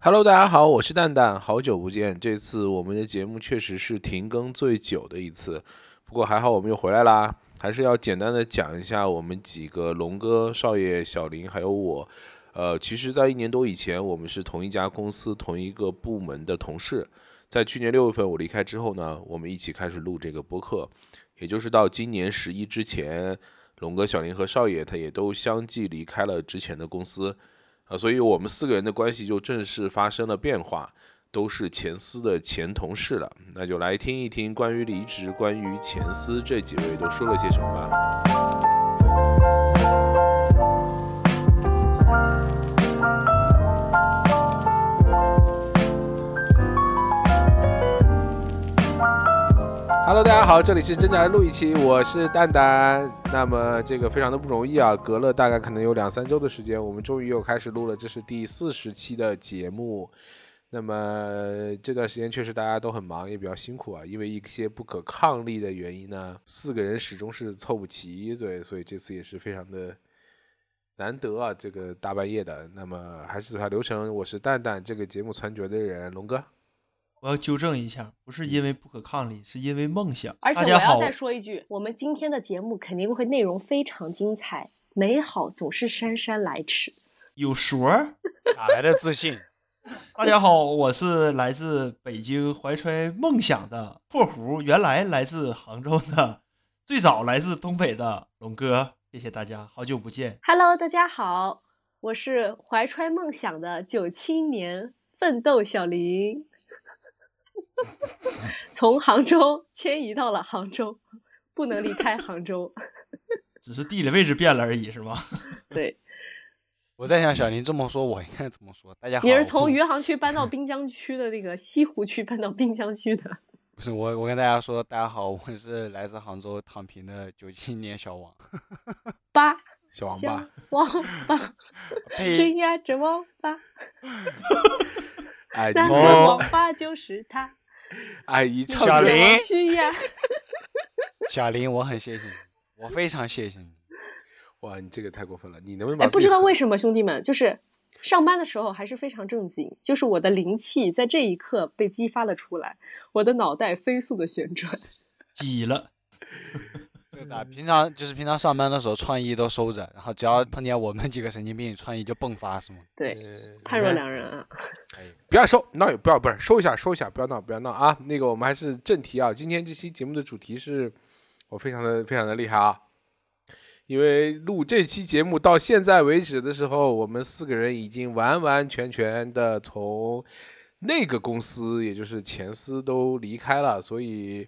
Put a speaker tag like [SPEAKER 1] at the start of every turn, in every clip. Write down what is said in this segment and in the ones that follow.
[SPEAKER 1] Hello，大家好，我是蛋蛋，好久不见。这次我们的节目确实是停更最久的一次，不过还好我们又回来啦。还是要简单的讲一下我们几个龙哥、少爷、小林还有我。呃，其实，在一年多以前，我们是同一家公司、同一个部门的同事。在去年六月份我离开之后呢，我们一起开始录这个播客，也就是到今年十一之前，龙哥、小林和少爷他也都相继离开了之前的公司。啊，所以我们四个人的关系就正式发生了变化，都是前司的前同事了。那就来听一听关于离职、关于前司这几位都说了些什么吧。Hello，大家好，这里是真宅录一期，我是蛋蛋。那么这个非常的不容易啊，隔了大概可能有两三周的时间，我们终于又开始录了，这是第四十期的节目。那么这段时间确实大家都很忙，也比较辛苦啊，因为一些不可抗力的原因呢，四个人始终是凑不齐，对，所以这次也是非常的难得啊，这个大半夜的。那么还是走下流程，我是蛋蛋，这个节目传角的人龙哥。
[SPEAKER 2] 我要纠正一下，不是因为不可抗力，是因为梦想。
[SPEAKER 3] 而且
[SPEAKER 2] 大
[SPEAKER 3] 我
[SPEAKER 2] 家好
[SPEAKER 3] 要，再说一句，我们今天的节目肯定会内容非常精彩，美好总是姗姗来迟。
[SPEAKER 2] 有说儿。
[SPEAKER 4] 哪 来的自信？
[SPEAKER 2] 大家好，我是来自北京怀揣梦想的（括弧原来来自杭州的，最早来自东北的龙哥）。谢谢大家，好久不见。
[SPEAKER 3] Hello，大家好，我是怀揣梦想的九七年奋斗小林， 从杭州迁移到了杭州，不能离开杭州。
[SPEAKER 2] 只是地理位置变了而已，是吗？
[SPEAKER 3] 对，
[SPEAKER 4] 我在想，小林这么说，我应该怎么说？大家 好，
[SPEAKER 3] 你是从余杭区搬到滨江区的那个西湖区搬到滨江区的。
[SPEAKER 4] 不是我，我跟大家说，大家好，我是来自杭州躺平的九七年 小王，
[SPEAKER 3] 八
[SPEAKER 1] 小王八
[SPEAKER 3] 香，王八，
[SPEAKER 4] 呸
[SPEAKER 3] 真，呀，这王八，
[SPEAKER 1] 哎，你这
[SPEAKER 3] 那个
[SPEAKER 1] 个
[SPEAKER 4] 哦
[SPEAKER 3] 王八就是他。
[SPEAKER 1] 阿姨唱
[SPEAKER 4] 小
[SPEAKER 1] 歌
[SPEAKER 4] 林
[SPEAKER 3] 去呀！
[SPEAKER 4] 小林，我很谢谢你，我非常谢谢你。
[SPEAKER 1] 哇，你这个太过分了，你能不能把
[SPEAKER 3] 哎，
[SPEAKER 1] 自己
[SPEAKER 3] 不知道
[SPEAKER 1] 狠
[SPEAKER 3] 为什么，兄弟们，就是上班的时候还是非常正经，就是我的灵气在这一刻被激发了出来，我的脑袋飞速的旋转。
[SPEAKER 2] 挤了，
[SPEAKER 4] 就是啊，平常就是平常上班的时候创意都收着，然后只要碰见我们几个神经病，创意就迸发，是吗？
[SPEAKER 3] 对，
[SPEAKER 1] 呃
[SPEAKER 3] 判若两人啊！
[SPEAKER 1] 不要收，闹也不要，不是收一下，收一下，不要闹，不要闹啊！那个，我们还是正题啊。今天这期节目的主题是，我非常的非常的厉害啊，因为录这期节目到现在为止的时候，我们四个人已经完完全全的从那个公司，也就是前司都离开了，所以，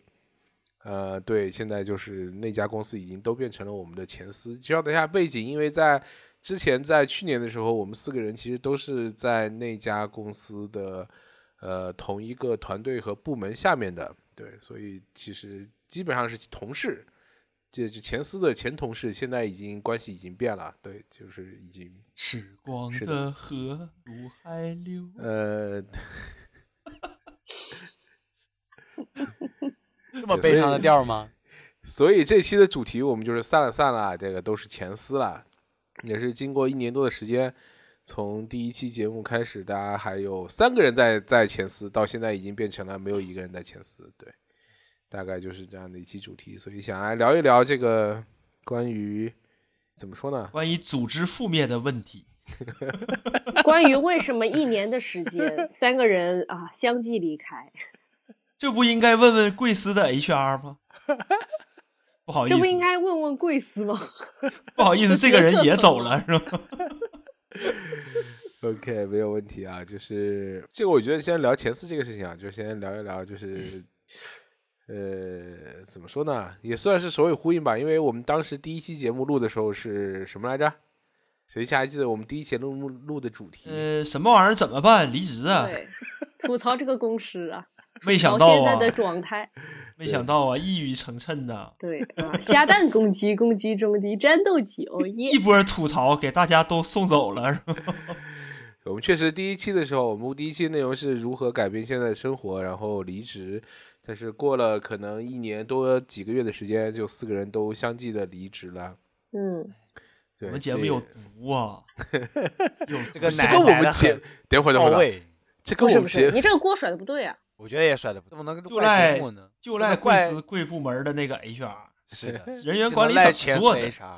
[SPEAKER 1] 呃，对，现在就是那家公司已经都变成了我们的前司。介绍一下背景，因为在之前在去年的时候，我们四个人其实都是在那家公司的呃同一个团队和部门下面的，对，所以其实基本上是同事，这就前司的前同事，现在已经关系已经变了，对，就是已经
[SPEAKER 2] 时光
[SPEAKER 1] 是的
[SPEAKER 2] 的河如海流。
[SPEAKER 1] 呃，
[SPEAKER 4] 这么
[SPEAKER 1] 对
[SPEAKER 4] 悲
[SPEAKER 1] 所
[SPEAKER 4] 伤的
[SPEAKER 1] 以
[SPEAKER 4] 调儿吗？
[SPEAKER 1] 所以这期的主题我们就是散了散了，这个都是前司了，也是经过一年多的时间，从第一期节目开始，大家还有三个人在在前司，到现在已经变成了没有一个人在前司，对，大概就是这样的一期主题，所以想来聊一聊这个关于怎么说呢？
[SPEAKER 2] 关于组织覆灭的问题，
[SPEAKER 3] 关于为什么一年的时间，三个人啊相继离开，
[SPEAKER 2] 这不应该问问贵司的 HR 吗？ 不好意思，
[SPEAKER 3] 这不应该问问贵司吗？
[SPEAKER 2] 不好意思，这个人也走了是 吧？
[SPEAKER 1] OK，没有问题啊，就是这个，我觉得先聊前四这个事情啊，就先聊一聊，就是呃，怎么说呢，也算是首尾呼应吧，因为我们当时第一期节目录的时候是什么来着？谁还记得我们第一期录录录的主题？
[SPEAKER 2] 呃，什么玩意儿？怎么办？离职啊？
[SPEAKER 3] 对，吐槽这个公司啊，
[SPEAKER 2] 没想
[SPEAKER 3] 我
[SPEAKER 2] 到
[SPEAKER 3] 现在
[SPEAKER 2] 啊，
[SPEAKER 3] 的状态，
[SPEAKER 2] 没想到啊，一语成谶呐，
[SPEAKER 3] 对啊，下蛋攻击攻击中的战斗机，哦耶
[SPEAKER 2] 一！波吐槽给大家都送走了，是吧？
[SPEAKER 1] 我们确实第一期的时候，我们第一期内容是如何改变现在的生活，然后离职。但是过了可能一年多几个月的时间，就四个人都相继的离职了。
[SPEAKER 3] 嗯，
[SPEAKER 1] 对，
[SPEAKER 2] 我们节
[SPEAKER 1] 这
[SPEAKER 2] 目有毒啊！有啊
[SPEAKER 4] 这个
[SPEAKER 1] 不是
[SPEAKER 4] 奶
[SPEAKER 1] 跟我
[SPEAKER 4] 奶
[SPEAKER 1] 们
[SPEAKER 4] 的
[SPEAKER 1] 节
[SPEAKER 4] 很，
[SPEAKER 1] 等会儿等会儿等会
[SPEAKER 4] 到
[SPEAKER 1] 儿，啊
[SPEAKER 4] 位，
[SPEAKER 1] 这跟我
[SPEAKER 3] 不是
[SPEAKER 1] 们
[SPEAKER 3] 不
[SPEAKER 1] 节
[SPEAKER 3] 是，你这个锅甩的不对啊！
[SPEAKER 4] 我觉得也甩的不，怎么能
[SPEAKER 2] 就
[SPEAKER 4] 怪
[SPEAKER 2] 赖
[SPEAKER 4] 节目呢？
[SPEAKER 2] 就赖
[SPEAKER 4] 真的
[SPEAKER 2] 贵
[SPEAKER 4] 怪
[SPEAKER 2] 司贵部门的那个 HR
[SPEAKER 4] 是的，
[SPEAKER 2] 人员
[SPEAKER 4] 只
[SPEAKER 2] 管
[SPEAKER 4] 能
[SPEAKER 2] 理
[SPEAKER 4] 赖
[SPEAKER 2] 怎
[SPEAKER 4] 前
[SPEAKER 2] 么做的？
[SPEAKER 4] HR，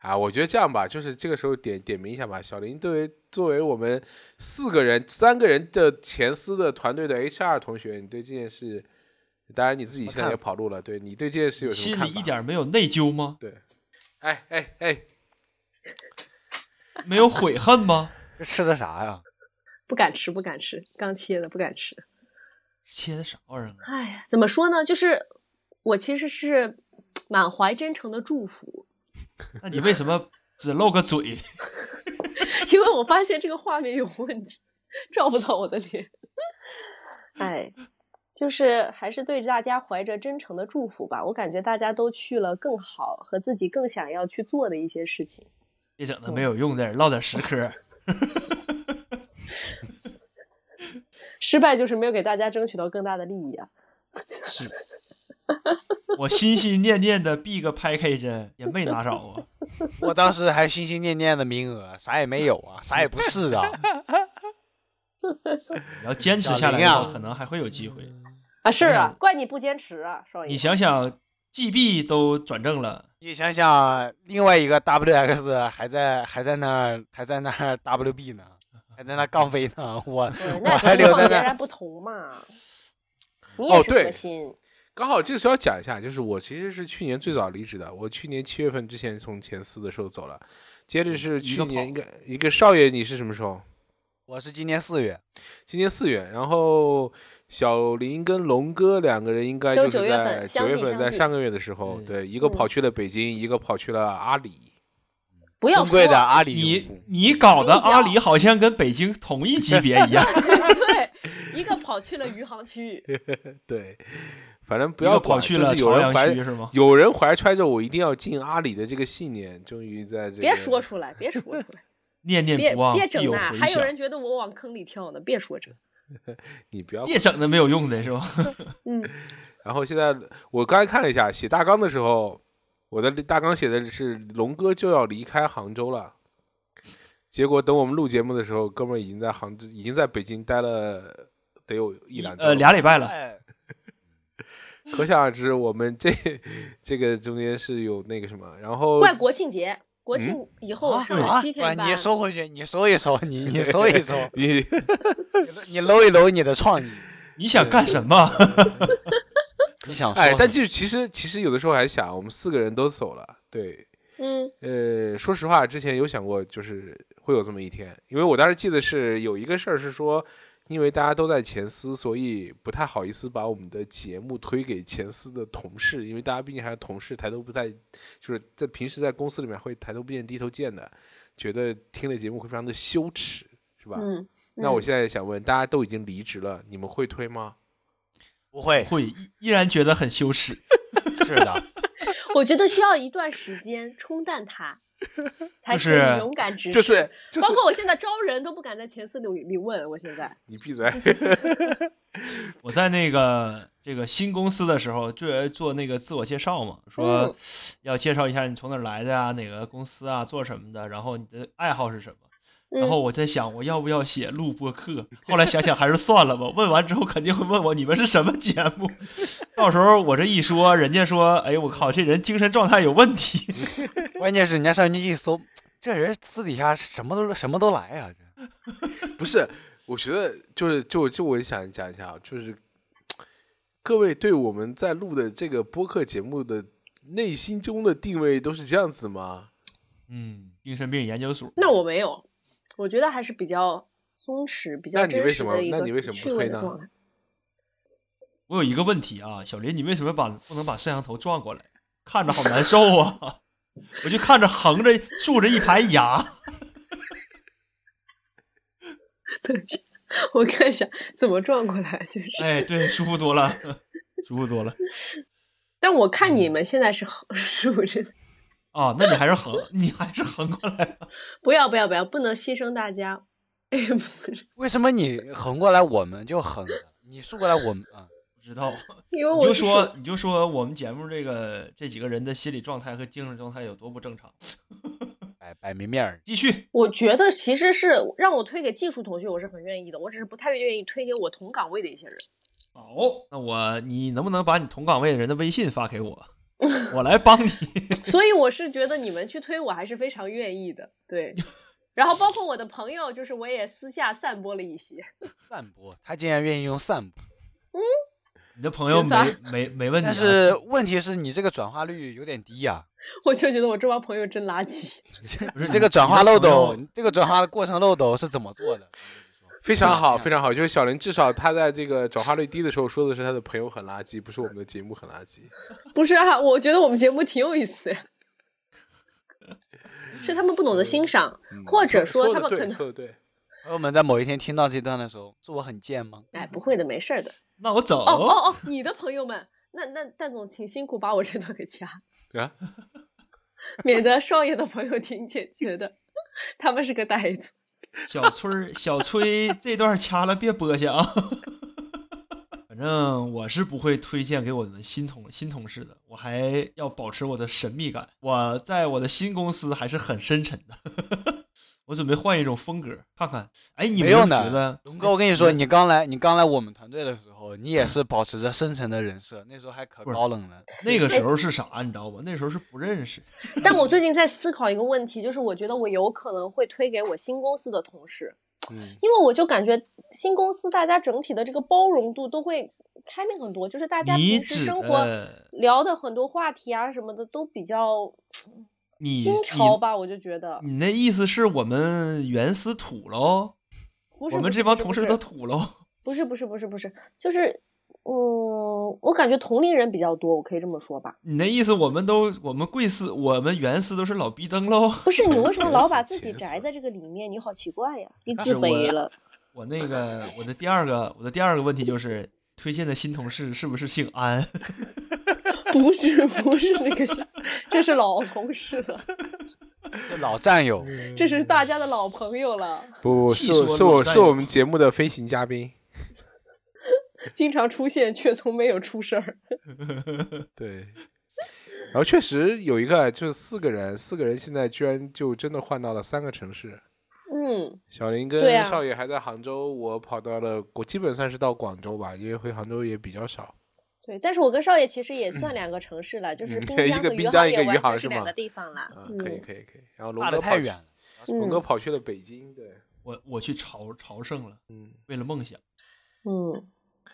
[SPEAKER 1] 啊，我觉得这样吧，就是这个时候点点名一下吧。小林作为作为我们四个人、三个人的前司的团队的 HR 同学，你对这件事，当然你自己
[SPEAKER 4] 什么
[SPEAKER 1] 现在也
[SPEAKER 4] 看
[SPEAKER 1] 跑路了，对你对这件事有什么
[SPEAKER 2] 心
[SPEAKER 1] 看
[SPEAKER 2] 里
[SPEAKER 1] 法？
[SPEAKER 2] 一点没有内疚吗？
[SPEAKER 1] 对，哎哎哎，
[SPEAKER 2] 没有悔恨吗？
[SPEAKER 4] 这吃的啥呀？
[SPEAKER 3] 不敢吃，不敢吃，刚切的不敢吃。
[SPEAKER 2] 切的啥玩意儿啊？
[SPEAKER 3] 哎呀，怎么说呢？就是我其实是满怀真诚的祝福，
[SPEAKER 2] 那你为什么只露个嘴？
[SPEAKER 3] 因为我发现这个画面有问题，照不到我的 脸。哎，就是还是对大家怀着真诚的祝福吧。我感觉大家都去了更好和自己更想要去做的一些事情。
[SPEAKER 2] 别整那没有用的，唠点实嗑。
[SPEAKER 3] 失败就是没有给大家争取到更大的利益啊。
[SPEAKER 2] 我心心念念的 big package 也没拿着啊。
[SPEAKER 4] 我当时还心心念念的名额，啥也没有啊，啥也不是啊。
[SPEAKER 2] 你要坚持下来的
[SPEAKER 4] 小林
[SPEAKER 2] 话，
[SPEAKER 4] 啊
[SPEAKER 2] 可能还会有机会。
[SPEAKER 3] 啊，是啊，
[SPEAKER 4] 嗯
[SPEAKER 3] 怪你不坚持啊，少爷。
[SPEAKER 2] 你想想，GB 都转正了，
[SPEAKER 4] 你想想，另外一个 WX 还在还在那儿还在那儿 WB 呢，还在那儿杠飞呢， 我
[SPEAKER 3] 对，
[SPEAKER 4] 我
[SPEAKER 3] 嗯那
[SPEAKER 4] 还
[SPEAKER 3] 情
[SPEAKER 4] 留
[SPEAKER 3] 况
[SPEAKER 4] 在
[SPEAKER 3] 截
[SPEAKER 4] 那儿。
[SPEAKER 3] 然不同嘛。你
[SPEAKER 1] 哦
[SPEAKER 3] 也是
[SPEAKER 1] 对
[SPEAKER 3] 核心，
[SPEAKER 1] 刚好这个时候要讲一下，就是我其实是去年最早离职的，我去年七月份之前从前司的时候走了，接着是
[SPEAKER 2] 一
[SPEAKER 1] 去
[SPEAKER 2] 个跑
[SPEAKER 1] 年一个一个少爷，你是什么时候？
[SPEAKER 4] 我是今年四月，
[SPEAKER 1] 今年四月，然后小林跟龙哥两个人应该
[SPEAKER 3] 都
[SPEAKER 1] 就是
[SPEAKER 3] 九月份
[SPEAKER 1] 在九
[SPEAKER 3] 相
[SPEAKER 1] 月
[SPEAKER 3] 继
[SPEAKER 1] 份，
[SPEAKER 3] 相
[SPEAKER 1] 在
[SPEAKER 3] 继
[SPEAKER 1] 上个月的时候，
[SPEAKER 2] 嗯
[SPEAKER 1] 对，一个跑去了北京，一个跑去了阿里。
[SPEAKER 3] 不要
[SPEAKER 4] 尊
[SPEAKER 3] 说
[SPEAKER 4] 贵的
[SPEAKER 1] 啊
[SPEAKER 4] 阿里用户，
[SPEAKER 2] 你你搞的阿里好像跟北京同一级别一样，
[SPEAKER 3] 对，一个跑去了余杭区，
[SPEAKER 1] 对，反 正不
[SPEAKER 2] 不
[SPEAKER 1] 要
[SPEAKER 2] 跑
[SPEAKER 1] 管，
[SPEAKER 2] 去
[SPEAKER 1] 就
[SPEAKER 2] 了
[SPEAKER 1] 是有
[SPEAKER 2] 朝
[SPEAKER 1] 人
[SPEAKER 2] 阳
[SPEAKER 1] 怀
[SPEAKER 2] 区是吗？
[SPEAKER 1] 有人怀揣着我一定要进阿里的这个信念，终于在这个
[SPEAKER 3] 别说出来，别说出 来，
[SPEAKER 2] 念念
[SPEAKER 3] 别
[SPEAKER 2] 不忘，
[SPEAKER 3] 别
[SPEAKER 2] 必
[SPEAKER 3] 整
[SPEAKER 2] 有
[SPEAKER 3] 那，
[SPEAKER 2] 回
[SPEAKER 3] 还有
[SPEAKER 2] 响
[SPEAKER 3] 人觉得我往坑里跳呢，别 说这。
[SPEAKER 1] 你不要
[SPEAKER 2] 别整那没有用的是 吧？
[SPEAKER 3] 嗯，
[SPEAKER 1] 然后现在我刚才看了一下，写大纲的时候，我的大纲写的是龙哥就要离开杭州了。结果等我们录节目的时候，哥们儿已经在杭州，已经在北京待了得有一两周了
[SPEAKER 2] 呃，俩礼拜了，
[SPEAKER 4] 哎，
[SPEAKER 1] 可想而知，我们这这个中间是有那个什么。然后
[SPEAKER 3] 怪国庆节，国
[SPEAKER 1] 嗯
[SPEAKER 3] 庆以后
[SPEAKER 4] 啊
[SPEAKER 3] 上了
[SPEAKER 4] 啊
[SPEAKER 3] 七
[SPEAKER 4] 不
[SPEAKER 3] 天
[SPEAKER 4] 然你
[SPEAKER 3] 班，
[SPEAKER 4] 收回去，你收一收，你你收 一收，
[SPEAKER 1] 你
[SPEAKER 4] 你你搂一搂你的创意，
[SPEAKER 2] 你想干什么？
[SPEAKER 4] 你想说
[SPEAKER 1] 哎，但
[SPEAKER 4] 什
[SPEAKER 1] 就其实其实有的时候还想，我们四个人都走了，对，
[SPEAKER 3] 嗯，
[SPEAKER 1] 呃，说实话，之前有想过，就是会有这么一天，因为我当时记得是有一个事儿是说，因为大家都在前司，所以不太好意思把我们的节目推给前司的同事，因为大家毕竟还是同事，抬头不太，就是在平时在公司里面会抬头不见低头见的，觉得听了节目会非常的羞耻，是吧？
[SPEAKER 3] 嗯，
[SPEAKER 1] 那我
[SPEAKER 3] 嗯
[SPEAKER 1] 现在想问，大家都已经离职了，你们会推吗？
[SPEAKER 4] 不会
[SPEAKER 2] 会依依然觉得很羞耻。
[SPEAKER 4] 是的，
[SPEAKER 3] 我觉得需要一段时间冲 淡它，才
[SPEAKER 2] 就
[SPEAKER 3] 可以
[SPEAKER 2] 是
[SPEAKER 3] 勇敢直
[SPEAKER 1] 就
[SPEAKER 3] 视。
[SPEAKER 1] 是就是
[SPEAKER 3] 包括我现在招人都不敢在前四里里问，我现在
[SPEAKER 1] 你闭嘴，
[SPEAKER 2] 我在那个这个新公司的时候，就呃做那个自我介绍嘛，说
[SPEAKER 3] 嗯
[SPEAKER 2] 要介绍一下你从哪儿来的啊，哪个公司啊，做什么的，然后你的爱好是什么。
[SPEAKER 3] 嗯
[SPEAKER 2] 然后我在想，我要不要写录播课？后来想想还是算了吧。问完之后肯定会问我你们是什么节 目，到时候我这一说，人家说，哎我靠，这人精神状态有问题。
[SPEAKER 4] 关键是人家上去一搜，这人私底下什么都什么都来啊，这
[SPEAKER 1] 不是，我觉得就是就就我想讲一下啊，就是各位对我们在录的这个播客节目的内心中的定位都是这样子的吗？
[SPEAKER 2] 嗯， 精神病研究所。
[SPEAKER 3] 那我没有，我觉得还是比较松弛、比
[SPEAKER 1] 那
[SPEAKER 3] 较
[SPEAKER 1] 你
[SPEAKER 3] 真
[SPEAKER 1] 为
[SPEAKER 3] 实
[SPEAKER 1] 什么
[SPEAKER 3] 的一
[SPEAKER 1] 那你为什
[SPEAKER 3] 个
[SPEAKER 1] 么不
[SPEAKER 3] 趣味
[SPEAKER 1] 推
[SPEAKER 3] 的
[SPEAKER 1] 呢
[SPEAKER 3] 状态。
[SPEAKER 2] 我有一个问题啊，小林，你为什么把不能把摄像头转过来？看着好难受啊！我就看着横着竖着一排牙，
[SPEAKER 3] 等一下，我看一下怎么转过来，就是。
[SPEAKER 2] 哎，对，舒服多了，舒服多了
[SPEAKER 3] 但我看
[SPEAKER 2] 嗯
[SPEAKER 3] 你们现在是 横竖着的，
[SPEAKER 2] 啊！那你还是横，你还是横过来吧。
[SPEAKER 3] 不要不要不要，不能牺牲大家。 哎，不是，
[SPEAKER 4] 为什么你横过来我们就横着，你竖过来我们啊？
[SPEAKER 2] 不知道，
[SPEAKER 3] 因为
[SPEAKER 2] 你
[SPEAKER 3] 我
[SPEAKER 2] 就是说你就说我们节目这个这几个人的心理状态和精神状态有多不正常。
[SPEAKER 4] 拜摆明面儿。
[SPEAKER 2] 继续，
[SPEAKER 3] 我觉得其实是让我推给技术同学，我是很愿意的，我只是不太愿意推给我同岗位的一些人。
[SPEAKER 2] 好，那我你能不能把你同岗位的人的微信发给 我，我来帮你。
[SPEAKER 3] 所以我是觉得你们去推我还是非常愿意的， 对。然后包括我的朋友，就是我也私下散播了一些，
[SPEAKER 4] 散播，他竟然愿意用散播，
[SPEAKER 2] 你的朋友
[SPEAKER 3] 群
[SPEAKER 2] 没
[SPEAKER 3] 发
[SPEAKER 2] 没没问你、啊，
[SPEAKER 4] 但是问题是你这个转化率有点低呀、
[SPEAKER 3] 我就觉得我这帮朋友真垃圾。
[SPEAKER 2] 不是
[SPEAKER 4] 这个转化漏
[SPEAKER 2] 你的
[SPEAKER 4] 斗
[SPEAKER 2] 朋友，
[SPEAKER 4] 这个转化的过程漏斗是怎么做的？
[SPEAKER 1] 非常好，非常好。就是小林，至少他在这个转化率低的时候说的是他的朋友很垃圾，不是我们的节目很垃圾。
[SPEAKER 3] 不是啊，我觉得我们节目挺有意思的， 是他们不懂得欣赏，
[SPEAKER 1] 嗯
[SPEAKER 3] 或者
[SPEAKER 1] 说
[SPEAKER 3] 说他
[SPEAKER 1] 得
[SPEAKER 3] 们
[SPEAKER 1] 对
[SPEAKER 3] 可能
[SPEAKER 1] 说的对，
[SPEAKER 4] 朋友们在某一天听到这段的时候，说我很贱吗？
[SPEAKER 3] 哎，不会的，没事儿的。
[SPEAKER 2] 那我走。
[SPEAKER 3] 哦哦哦， 你的朋友们，那那蛋总请辛苦把我这段给掐
[SPEAKER 1] 啊，
[SPEAKER 3] 免得少爷的朋友听见觉得他们是个呆子。
[SPEAKER 2] 小崔儿，小崔这段掐了别播下啊。 反正我是不会推荐给我的新同新同事的，我还要保持我的神秘感。我在我的新公司还是很深沉的， 我准备换一种风格，看看。哎，你
[SPEAKER 4] 没
[SPEAKER 2] 有
[SPEAKER 4] 有
[SPEAKER 2] 没有觉
[SPEAKER 4] 呢
[SPEAKER 2] 得，
[SPEAKER 4] 龙哥，我跟你说，你刚来，你刚来我们团队的时候，你也是保持着深沉的人设，那时候还可
[SPEAKER 2] 不是
[SPEAKER 4] 高冷了。
[SPEAKER 2] 那个时候是啥？你知道吧？那时候是不认识。
[SPEAKER 3] 但我最近在思考一个问题，就是我觉得我有可能会推给我新公司的同事，
[SPEAKER 1] 嗯，
[SPEAKER 3] 因为我就感觉新公司大家整体的这个包容度都会开明很多，就是大家
[SPEAKER 2] 你
[SPEAKER 3] 平时
[SPEAKER 2] 指
[SPEAKER 3] 生活
[SPEAKER 2] 的
[SPEAKER 3] 聊的很多话题啊什么的都比较
[SPEAKER 2] 你
[SPEAKER 3] 新潮吧，我就觉得
[SPEAKER 2] 你那意思是我们原司土喽？
[SPEAKER 3] 不是
[SPEAKER 2] 我
[SPEAKER 3] 不
[SPEAKER 2] 们
[SPEAKER 3] 是
[SPEAKER 2] 这帮
[SPEAKER 3] 不是
[SPEAKER 2] 同
[SPEAKER 3] 不
[SPEAKER 2] 事
[SPEAKER 3] 是
[SPEAKER 2] 都土喽？
[SPEAKER 3] 不是不是不是不是，就是嗯，我感觉同龄人比较多，我可以这么说吧。
[SPEAKER 2] 你那意思，我们都我们贵司，我们原司都是老逼灯喽？
[SPEAKER 3] 不是你为什么老把自己
[SPEAKER 1] 气死
[SPEAKER 3] 宅在这个里面？你好奇怪呀，你
[SPEAKER 2] 但
[SPEAKER 3] 自
[SPEAKER 2] 是
[SPEAKER 3] 卑
[SPEAKER 2] 我
[SPEAKER 3] 了。
[SPEAKER 2] 我那个我的第二个我的第二个问题就是，推荐的新同事是不是姓安？
[SPEAKER 3] 不是不是那个小， 这是老同事了，
[SPEAKER 4] 是老战友，
[SPEAKER 2] 嗯
[SPEAKER 3] 这是大家的老朋友了，
[SPEAKER 1] 不不，
[SPEAKER 2] 细
[SPEAKER 1] 是我
[SPEAKER 2] 说
[SPEAKER 1] 是
[SPEAKER 2] 裸
[SPEAKER 1] 我
[SPEAKER 2] 战
[SPEAKER 1] 是我
[SPEAKER 2] 友
[SPEAKER 1] 们节目的飞行嘉宾。
[SPEAKER 3] 经常出现却从没有出声儿。
[SPEAKER 1] 对，然后确实有一个，就是四个人，四个人现在居然就真的换到了三个城市。
[SPEAKER 3] 嗯，
[SPEAKER 1] 小林
[SPEAKER 3] 对
[SPEAKER 1] 跟
[SPEAKER 3] 啊
[SPEAKER 1] 少爷还在杭州，我跑到了，我基本算是到广州吧，因为回杭州也比较少。
[SPEAKER 3] 对。但是我跟少爷其实也算两个城市了，就是
[SPEAKER 1] 嗯
[SPEAKER 3] 滨
[SPEAKER 1] 一
[SPEAKER 3] 江
[SPEAKER 1] 个
[SPEAKER 3] 和
[SPEAKER 1] 滨
[SPEAKER 3] 余
[SPEAKER 1] 江
[SPEAKER 3] 杭
[SPEAKER 1] 一
[SPEAKER 3] 也
[SPEAKER 1] 个余
[SPEAKER 3] 完
[SPEAKER 1] 杭
[SPEAKER 3] 全
[SPEAKER 1] 是
[SPEAKER 3] 是两
[SPEAKER 1] 吗
[SPEAKER 3] 个地方啦。
[SPEAKER 1] 嗯，可以可以可以。然后龙
[SPEAKER 4] 差
[SPEAKER 1] 哥
[SPEAKER 4] 的
[SPEAKER 1] 跑
[SPEAKER 4] 太
[SPEAKER 1] 去
[SPEAKER 4] 远，了。
[SPEAKER 1] 龙哥
[SPEAKER 3] 嗯
[SPEAKER 1] 跑去了北京，对，
[SPEAKER 2] 我我去朝朝圣了，
[SPEAKER 1] 嗯，
[SPEAKER 2] 为了梦想。
[SPEAKER 3] 嗯，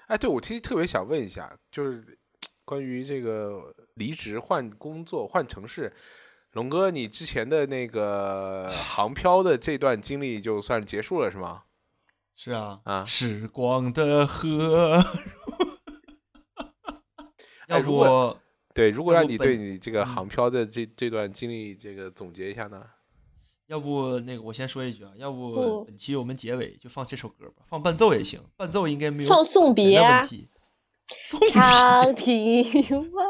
[SPEAKER 1] 哎，对，我其实特别想问一下，就是关于这个离职、换工作、换城市，龙哥，你之前的那个航漂的这段经历就算结束了是吗？
[SPEAKER 2] 是啊，
[SPEAKER 1] 啊
[SPEAKER 2] 时光的河。
[SPEAKER 1] 哎
[SPEAKER 2] 要
[SPEAKER 1] 如
[SPEAKER 2] 不、
[SPEAKER 1] 果对，如果
[SPEAKER 2] 要
[SPEAKER 1] 让
[SPEAKER 2] 不
[SPEAKER 1] 你
[SPEAKER 2] 本
[SPEAKER 1] 对你这个
[SPEAKER 2] 嗯
[SPEAKER 1] 航漂的这这段经历这个总结一下呢？
[SPEAKER 2] 要不那个我先说一句啊，要不
[SPEAKER 3] 嗯
[SPEAKER 2] 本期我们结尾就放这首歌吧，放伴奏也行，伴奏应该没有
[SPEAKER 3] 放
[SPEAKER 2] 人
[SPEAKER 3] 送
[SPEAKER 2] 的
[SPEAKER 3] 别啊
[SPEAKER 2] 问题。送别
[SPEAKER 3] 长亭外，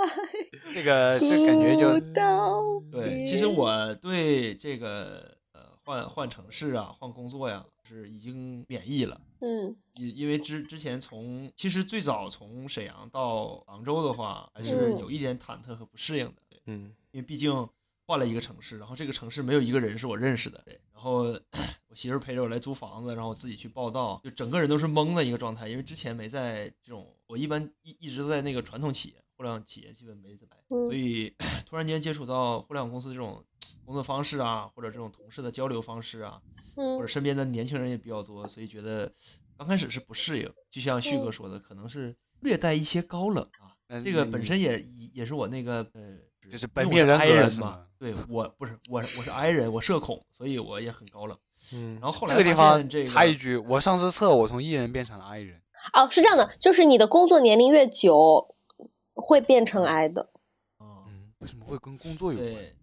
[SPEAKER 4] 这个这感觉就
[SPEAKER 3] 啊
[SPEAKER 2] 嗯
[SPEAKER 3] 不到
[SPEAKER 2] 对，其实我对这个呃换换城市啊，换工作呀、是已经免疫了。
[SPEAKER 3] 嗯
[SPEAKER 2] 因因为之之前从其实最早从沈阳到杭州的话，还是
[SPEAKER 3] 嗯
[SPEAKER 2] 有一点忐忑和不适应的，对
[SPEAKER 1] 嗯
[SPEAKER 2] 因为毕竟换了一个城市，然后这个城市没有一个人是我认识的，对，然后 我媳妇儿陪着我来租房子，然后我自己去报到，就整个人都是懵的一个状态，因为之前没在这种，我一般一一直都在那个传统企业、互联网企业基本没怎么来，
[SPEAKER 3] 嗯
[SPEAKER 2] 所以 突然间接触到互联网公司这种工作方式啊，或者这种同事的交流方式啊，或者
[SPEAKER 3] 嗯
[SPEAKER 2] 身边的年轻人也比较多，所以觉得刚开始是不适应。就像旭哥
[SPEAKER 3] 嗯
[SPEAKER 2] 说的，可能是略带一些高冷啊。
[SPEAKER 4] 那
[SPEAKER 2] 这个本
[SPEAKER 4] 你
[SPEAKER 2] 身也也是我那个呃，
[SPEAKER 4] 呃嗯就
[SPEAKER 2] 因
[SPEAKER 4] 是
[SPEAKER 2] 为
[SPEAKER 4] 本
[SPEAKER 2] 我
[SPEAKER 4] 命人
[SPEAKER 2] I
[SPEAKER 4] 格
[SPEAKER 2] 人
[SPEAKER 4] 是
[SPEAKER 2] 嘛
[SPEAKER 4] 吗。
[SPEAKER 2] 对我不是我是我是 I 人，我社恐，所以我也很高冷。
[SPEAKER 1] 嗯
[SPEAKER 2] 然后后
[SPEAKER 4] 这
[SPEAKER 2] 来
[SPEAKER 4] 个地
[SPEAKER 2] 发
[SPEAKER 4] 方
[SPEAKER 2] 现这个
[SPEAKER 4] 插一句，我上次测我从 E 人变成了 I 人，
[SPEAKER 3] 哦，是这样的，就是你的工作年龄越久，会变成癌的。
[SPEAKER 2] 啊，
[SPEAKER 4] 嗯，为什么会跟工作有关？
[SPEAKER 2] 对，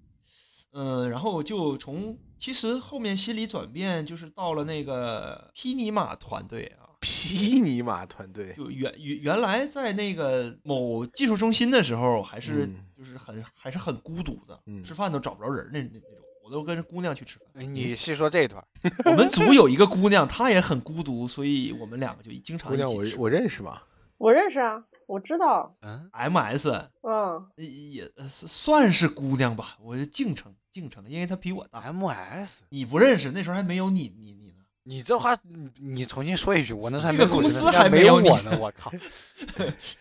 [SPEAKER 2] 嗯，然后就从其实后面心理转变就是到了那个匹尼马团队啊，
[SPEAKER 1] 皮尼马团队，
[SPEAKER 2] 就原原原来在那个某技术中心的时候，还是
[SPEAKER 1] 嗯
[SPEAKER 2] 就是很、还是很孤独的，
[SPEAKER 1] 嗯
[SPEAKER 2] 吃饭都找不着人儿那那那种。我都跟姑娘去吃饭。
[SPEAKER 4] 哎你细说这一段，
[SPEAKER 2] 我们组有一个姑娘，她也很孤独，所以我们两个就经常
[SPEAKER 1] 姑
[SPEAKER 2] 一
[SPEAKER 1] 娘
[SPEAKER 2] 起
[SPEAKER 1] 我
[SPEAKER 2] 吃。
[SPEAKER 1] 我认识吗？
[SPEAKER 3] 我认识啊，我知道，
[SPEAKER 4] 嗯，
[SPEAKER 2] ，MS
[SPEAKER 3] 嗯，
[SPEAKER 2] 也呃是算是姑娘吧，我就敬称敬称，因为她比我
[SPEAKER 4] 哎
[SPEAKER 2] 大。
[SPEAKER 4] ，MS，
[SPEAKER 2] 你不认识，那时候还没有你你你呢。
[SPEAKER 4] 你这话你你重新说一句，我那时候还
[SPEAKER 2] 这个
[SPEAKER 4] 没入
[SPEAKER 2] 公
[SPEAKER 4] 职呢
[SPEAKER 2] 司
[SPEAKER 4] 现在
[SPEAKER 2] 还
[SPEAKER 4] 没
[SPEAKER 2] 没有
[SPEAKER 4] 我
[SPEAKER 2] 你
[SPEAKER 4] 呢，我 靠，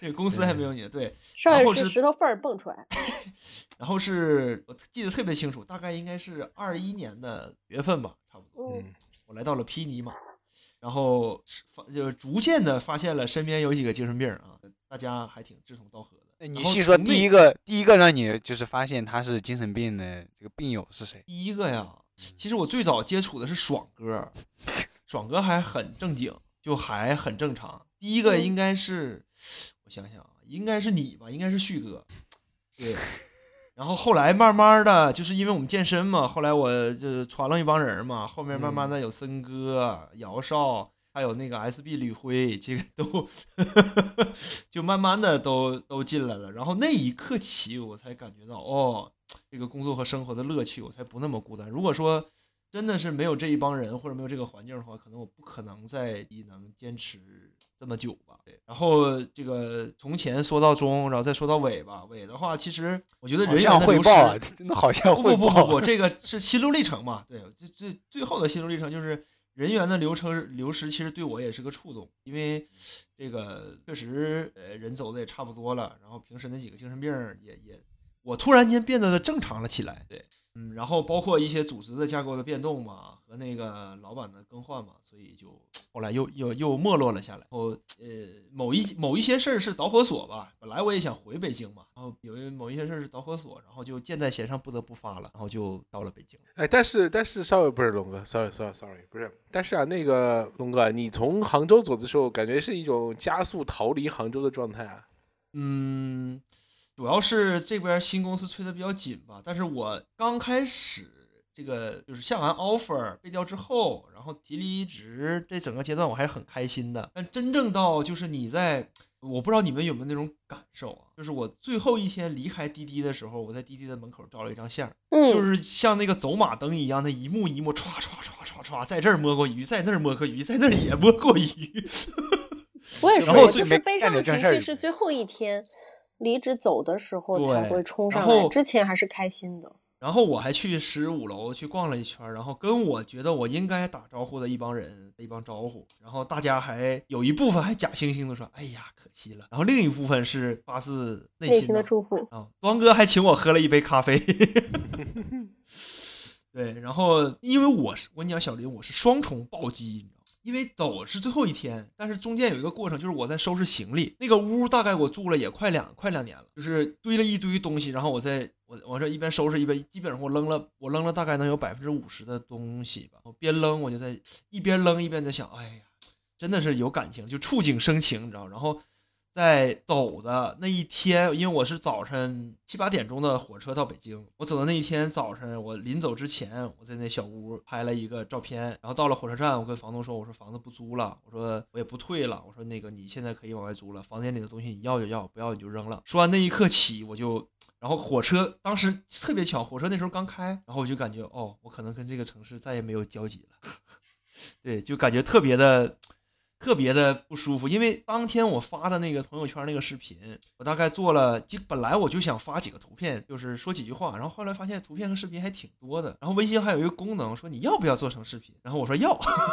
[SPEAKER 2] 这个公司还没
[SPEAKER 1] 嗯
[SPEAKER 2] 有你呢，对。
[SPEAKER 3] 上
[SPEAKER 2] 然
[SPEAKER 3] 面
[SPEAKER 2] 后
[SPEAKER 3] 是
[SPEAKER 2] 是
[SPEAKER 3] 石头缝儿蹦出来，
[SPEAKER 2] 然后是我记得特别清楚，大概应该是二一年的月份吧，差不多。
[SPEAKER 3] 嗯
[SPEAKER 1] 嗯
[SPEAKER 2] 我来到了悉尼嘛，然后是发就是逐渐的发现了身边有几个精神病儿啊，大家还挺志同道合的。
[SPEAKER 4] 你
[SPEAKER 2] 然后
[SPEAKER 4] 细说
[SPEAKER 2] 从
[SPEAKER 4] 第
[SPEAKER 2] 那
[SPEAKER 4] 一个第一个让你就是发现他是精神病的这个病友是谁？
[SPEAKER 2] 第一个呀，其实我最早接触的是爽哥，爽哥还很正经，就还很正常。第一个应该是，我想想啊，应该是你吧，应该是旭哥，对。然后后来慢慢的，就是因为我们健身嘛，后来我就是传了一帮人嘛，后面慢慢的有森哥、姚少，还有那个 SB 吕辉，这个都 就慢慢的都都进来了。然后那一刻起，我才感觉到哦，这个工作和生活的乐趣，我才不那么孤单。如果说真的是没有这一帮人或者没有这个环境的话，可能我不可能再能坚持这么久吧。对，然后这个从前说到中，然后再说到尾吧。尾的话，其实我觉得
[SPEAKER 4] 好
[SPEAKER 2] 人
[SPEAKER 4] 像
[SPEAKER 2] 员的
[SPEAKER 4] 汇
[SPEAKER 2] 流
[SPEAKER 4] 报啊，
[SPEAKER 2] 失
[SPEAKER 4] 这真的好像
[SPEAKER 2] 不
[SPEAKER 4] 汇
[SPEAKER 2] 不
[SPEAKER 4] 报
[SPEAKER 2] 不
[SPEAKER 4] 啊。
[SPEAKER 2] 不不，这个是心路历程嘛？对，最最最后的心路历程就是人员的流程流失，其实对我也是个触动，因为这个确实呃人走的也差不多了，然后平时那几个精神病儿也也，我突然间变得正常了起来，对，嗯，然后包括一些组织的架构的变动嘛，和那个老板的更换嘛，所以就后来又又又没落了下来。然后呃，某一某一些事儿是导火索吧，本来我也想回北京嘛，然后有一某一些事儿是导火索，然后就箭在弦上不得不发了，然后就到了北京。
[SPEAKER 1] 哎，但是但是稍微不是龙哥，sorry sorry sorry，不是，但是啊，那个龙哥，啊你从杭州走的时候，感觉是一种加速逃离杭州的状态啊。
[SPEAKER 2] 嗯，主要是这边新公司催的比较紧吧，但是我刚开始这个就是下完 offer 被调之后，然后提离职这整个阶段我还是很开心的。但真正到就是你在，我不知道你们有没有那种感受啊，就是我最后一天离开滴滴的时候，我在滴滴的门口照了一张相，就
[SPEAKER 3] 嗯，
[SPEAKER 2] 是像那个走马灯一样，那一幕一幕唰唰唰唰唰，在这儿摸过鱼，在那儿摸过鱼，在那儿也摸过鱼。
[SPEAKER 3] 我也，
[SPEAKER 4] 就是
[SPEAKER 2] 然后
[SPEAKER 3] 我
[SPEAKER 4] 最
[SPEAKER 3] 就
[SPEAKER 4] 没
[SPEAKER 3] 是悲
[SPEAKER 4] 干
[SPEAKER 3] 伤
[SPEAKER 4] 点
[SPEAKER 3] 情
[SPEAKER 4] 正事儿
[SPEAKER 3] 绪是最后一天离职走的时候才
[SPEAKER 2] 对
[SPEAKER 3] 会冲
[SPEAKER 2] 然
[SPEAKER 3] 上来，
[SPEAKER 2] 后
[SPEAKER 3] 之前还是开心的，
[SPEAKER 2] 然后我还去十五楼去逛了一圈儿，然后跟我觉得我应该打招呼的一帮人一帮招呼，然后大家还有一部分还假惺惺的说：“哎呀，可惜了。”然后另一部分是发自内
[SPEAKER 3] 内
[SPEAKER 2] 心
[SPEAKER 3] 心
[SPEAKER 2] 的
[SPEAKER 3] 的祝福。
[SPEAKER 2] 啊，端哥还请我喝了一杯咖啡。对，然后因为我是我跟你讲，小林我是双重暴击，你知道吗？因为走是最后一天，但是中间有一个过程，就是我在收拾行李。那个屋大概我住了也快两快两年了，就是堆了一堆东西，然后我在我我这一边收拾一边，基本上我扔了我扔了大概能有百分之五十的东西吧。我边扔我就在一边扔一边在想，哎呀，真的是有感情，就触景生情，你知道吗？然后在走的那一天，因为我是早晨七八点钟的火车到北京，我走的那一天早晨，我临走之前，我在那小屋拍了一个照片，然后到了火车站，我跟房东说，我说房子不租了，我说我也不退了，我说那个你现在可以往外租了，房间里的东西你要就要，不要你就扔了。说完那一刻起，我就然后火车当时特别巧，火车那时候刚开，然后我就感觉哦，我可能跟这个城市再也没有交集了，对，就感觉特别的。特别的不舒服，因为当天我发的那个朋友圈那个视频，我大概做了，就本来我就想发几个图片，就是说几句话，然后后来发现图片和视频还挺多的，然后微信还有一个功能说你要不要做成视频，然后我说要，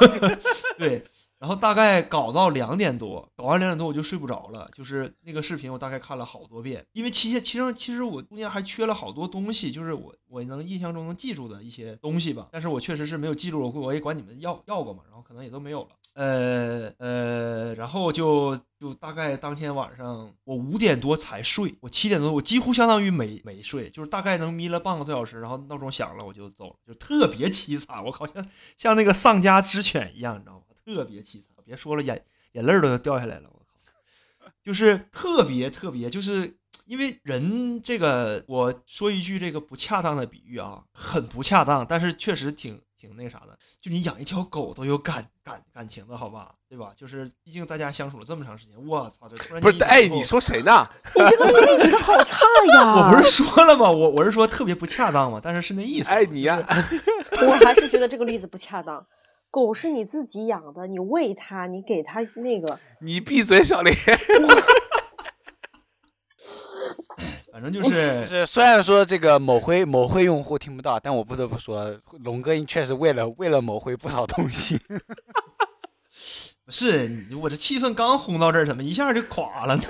[SPEAKER 2] 对，然后大概搞到两点多，搞完两点多我就睡不着了。就是那个视频，我大概看了好多遍，因为期间其实其实我中间还缺了好多东西，就是我我能印象中能记住的一些东西吧，但是我确实是没有记住，我我也管你们要要过嘛，然后可能也都没有了。呃呃，然后就就大概当天晚上，我五点多才睡，我七点多，我几乎相当于没没睡，就是大概能眯了半个多小时，然后闹钟响了我就走了，就特别凄惨，我靠，像像那个丧家之犬一样，你知道吗？特别凄惨，别说了，眼眼泪儿都要掉下来了，我靠，就是特别特别，就是因为人这个，我说一句这个不恰当的比喻啊，很不恰当，但是确实挺挺那啥的，就你养一条狗都有感感感情的好吧，对吧？就是毕竟大家相处了这么长时间，我操，这突然
[SPEAKER 1] 不是，
[SPEAKER 2] 间一
[SPEAKER 1] 哎，
[SPEAKER 2] 走后
[SPEAKER 1] 你说谁呢？
[SPEAKER 3] 你这个例子举的好差 呀！
[SPEAKER 2] 我不是说了吗？我我是说特别不恰当嘛，但是是那意思嘛。
[SPEAKER 1] 哎，你呀、
[SPEAKER 3] 我还是觉得这个例子不恰当。狗是你自己养的，你喂它，你给它那个，
[SPEAKER 1] 你闭嘴，小林。
[SPEAKER 2] 反 正就是
[SPEAKER 4] 是虽然说这个某辉某辉用户听不到，但我不得不说，龙哥确实为了为了某辉不少东西。
[SPEAKER 2] 是你我这气氛刚烘到这儿，怎么一下就垮了呢？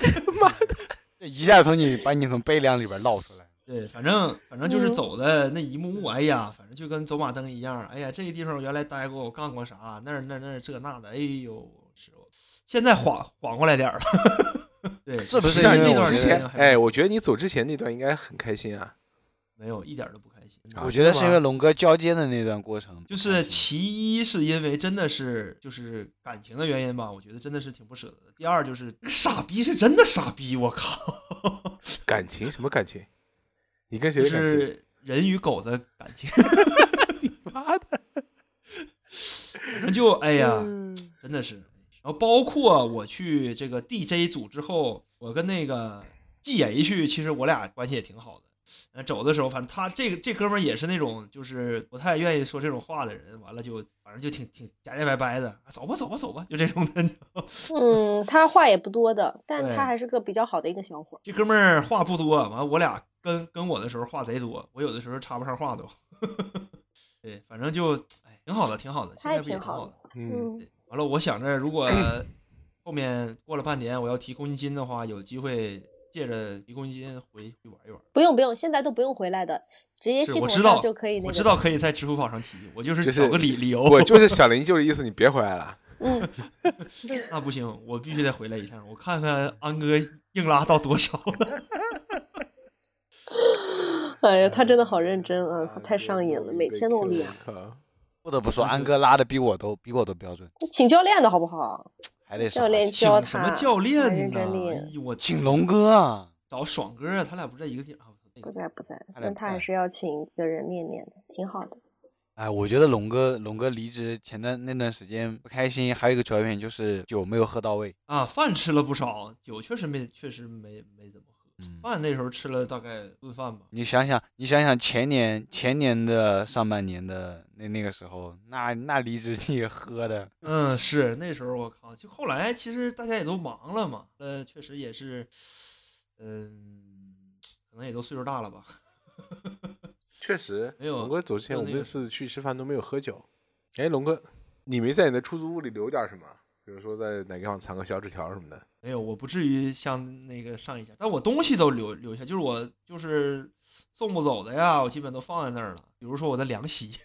[SPEAKER 4] 这一下从你把你从悲凉里边捞出来。
[SPEAKER 2] 对，反正反正就是
[SPEAKER 3] 嗯
[SPEAKER 2] 走的那一幕幕，哎呀，反正就跟走马灯一样，哎呀，这个地方我原来待过，我干过啥，那儿那儿那儿这那的，哎呦，是我现在缓缓过来点儿了。 对，
[SPEAKER 4] 是不
[SPEAKER 1] 实
[SPEAKER 4] 是
[SPEAKER 1] 际上
[SPEAKER 4] 因为
[SPEAKER 1] 你走
[SPEAKER 4] 我
[SPEAKER 2] 段
[SPEAKER 1] 之
[SPEAKER 4] 觉
[SPEAKER 2] 时
[SPEAKER 4] 得
[SPEAKER 1] 前
[SPEAKER 2] 间，还
[SPEAKER 1] 哎，我觉得你走之前那段应该很开心啊。
[SPEAKER 2] 没有一点儿都不开心。
[SPEAKER 1] 啊
[SPEAKER 4] 我觉得是因为
[SPEAKER 1] 吗
[SPEAKER 4] 龙哥交接的那段过程，
[SPEAKER 2] 就是其一是因为真的是就是感情的原因吧，我觉得真的是挺不舍得的。第二就是这个傻逼是真的傻逼，我靠，
[SPEAKER 1] 感情什么感情？你跟谁
[SPEAKER 2] 就
[SPEAKER 1] 的感情？
[SPEAKER 2] 是人与狗的感 情，
[SPEAKER 1] 妈的！
[SPEAKER 2] 反正就哎呀，
[SPEAKER 1] 嗯
[SPEAKER 2] 真的是。然后包括我去这个 DJ 组之后，我跟那个 GH，其实我俩关系也挺好的。呃，走的时候，反正他这个这哥们儿也是那种就是不太愿意说这种话的人，完了就反正就挺挺夹夹白白的，啊走吧走吧走吧，就这种的。你知道吗
[SPEAKER 3] 嗯，它话也不多的，但
[SPEAKER 2] 对
[SPEAKER 3] 它还是个比较好的一个小伙儿。
[SPEAKER 2] 这哥们儿话不多，完了我俩跟跟我的时候话贼多，我有的时候插不上话都。 对，反正就哎挺好的，挺好的，现
[SPEAKER 3] 他也
[SPEAKER 2] 在不也
[SPEAKER 3] 挺
[SPEAKER 2] 挺好
[SPEAKER 3] 好
[SPEAKER 2] 的
[SPEAKER 3] 的。
[SPEAKER 1] 嗯，
[SPEAKER 3] 嗯，
[SPEAKER 2] 完了，我想着如果后面过了半年我要提公积金的话，有机会借着提公积金回回玩一玩。
[SPEAKER 3] 不用不用，现在都不用回来的，直接
[SPEAKER 2] 是
[SPEAKER 3] 系
[SPEAKER 2] 我
[SPEAKER 3] 统
[SPEAKER 2] 知道
[SPEAKER 3] 上就可以那个。
[SPEAKER 2] 我知道。可以在支付宝上提，我就是
[SPEAKER 1] 就是
[SPEAKER 2] 找个理理由。
[SPEAKER 1] 我就是小林，就是意思你别回来了。
[SPEAKER 3] 嗯，
[SPEAKER 2] 那不行，我必须得回来一趟，我看看安哥硬拉到多少了。
[SPEAKER 3] 哎呀，他
[SPEAKER 2] 嗯
[SPEAKER 3] 真的好认真啊，他太上瘾了，每天都练。
[SPEAKER 1] 靠
[SPEAKER 4] 不得不
[SPEAKER 2] 嗯
[SPEAKER 4] 说，安哥拉的比我都比我都标准，
[SPEAKER 3] 请教练的好不好？
[SPEAKER 2] 嗯
[SPEAKER 4] 还得是
[SPEAKER 3] 教练
[SPEAKER 2] 请
[SPEAKER 3] 教
[SPEAKER 2] 什么
[SPEAKER 3] 他
[SPEAKER 2] 教
[SPEAKER 3] 他
[SPEAKER 2] 练
[SPEAKER 3] 认
[SPEAKER 2] 呢？
[SPEAKER 3] 真练
[SPEAKER 2] 哎呦我
[SPEAKER 4] 请龙哥啊，
[SPEAKER 2] 找爽哥啊，他俩不是在一个地方。啊我操那
[SPEAKER 3] 不
[SPEAKER 2] 个
[SPEAKER 3] 在不在，
[SPEAKER 4] 他俩
[SPEAKER 3] 但
[SPEAKER 4] 不
[SPEAKER 3] 他还
[SPEAKER 4] 在
[SPEAKER 3] 是要请一个人练练的，挺好的。
[SPEAKER 4] 哎，我觉得龙哥龙哥离职前段那段时间不开心，还有一个主要原因就是酒没有喝到位。
[SPEAKER 2] 啊，饭吃了不少，酒确实没，确实没没怎么喝。
[SPEAKER 4] 嗯，
[SPEAKER 2] 饭那时候吃了大概顿饭吧，
[SPEAKER 4] 你想想，你想想前年前年的上半年的那那个时候，那那离职 那个喝的，
[SPEAKER 2] 嗯，是那时候我靠，就后来其实大家也都忙了嘛，呃，确实也是，嗯，可能也都岁数大了吧，
[SPEAKER 1] 确实，
[SPEAKER 2] 没有啊
[SPEAKER 1] 龙哥走之前，
[SPEAKER 2] 没
[SPEAKER 1] 我
[SPEAKER 2] 有
[SPEAKER 1] 们
[SPEAKER 2] 那
[SPEAKER 1] 这
[SPEAKER 2] 个
[SPEAKER 1] 次去吃饭都没有喝酒。哎，龙哥，你没在你的出租屋里留点什么？比如说在哪个地方藏个小纸条什么的？
[SPEAKER 2] 没哎有，我不至于像那个上一家，但我东西都留留下，就是我就是送不走的呀，我基本都放在那儿了。比如说我的凉席，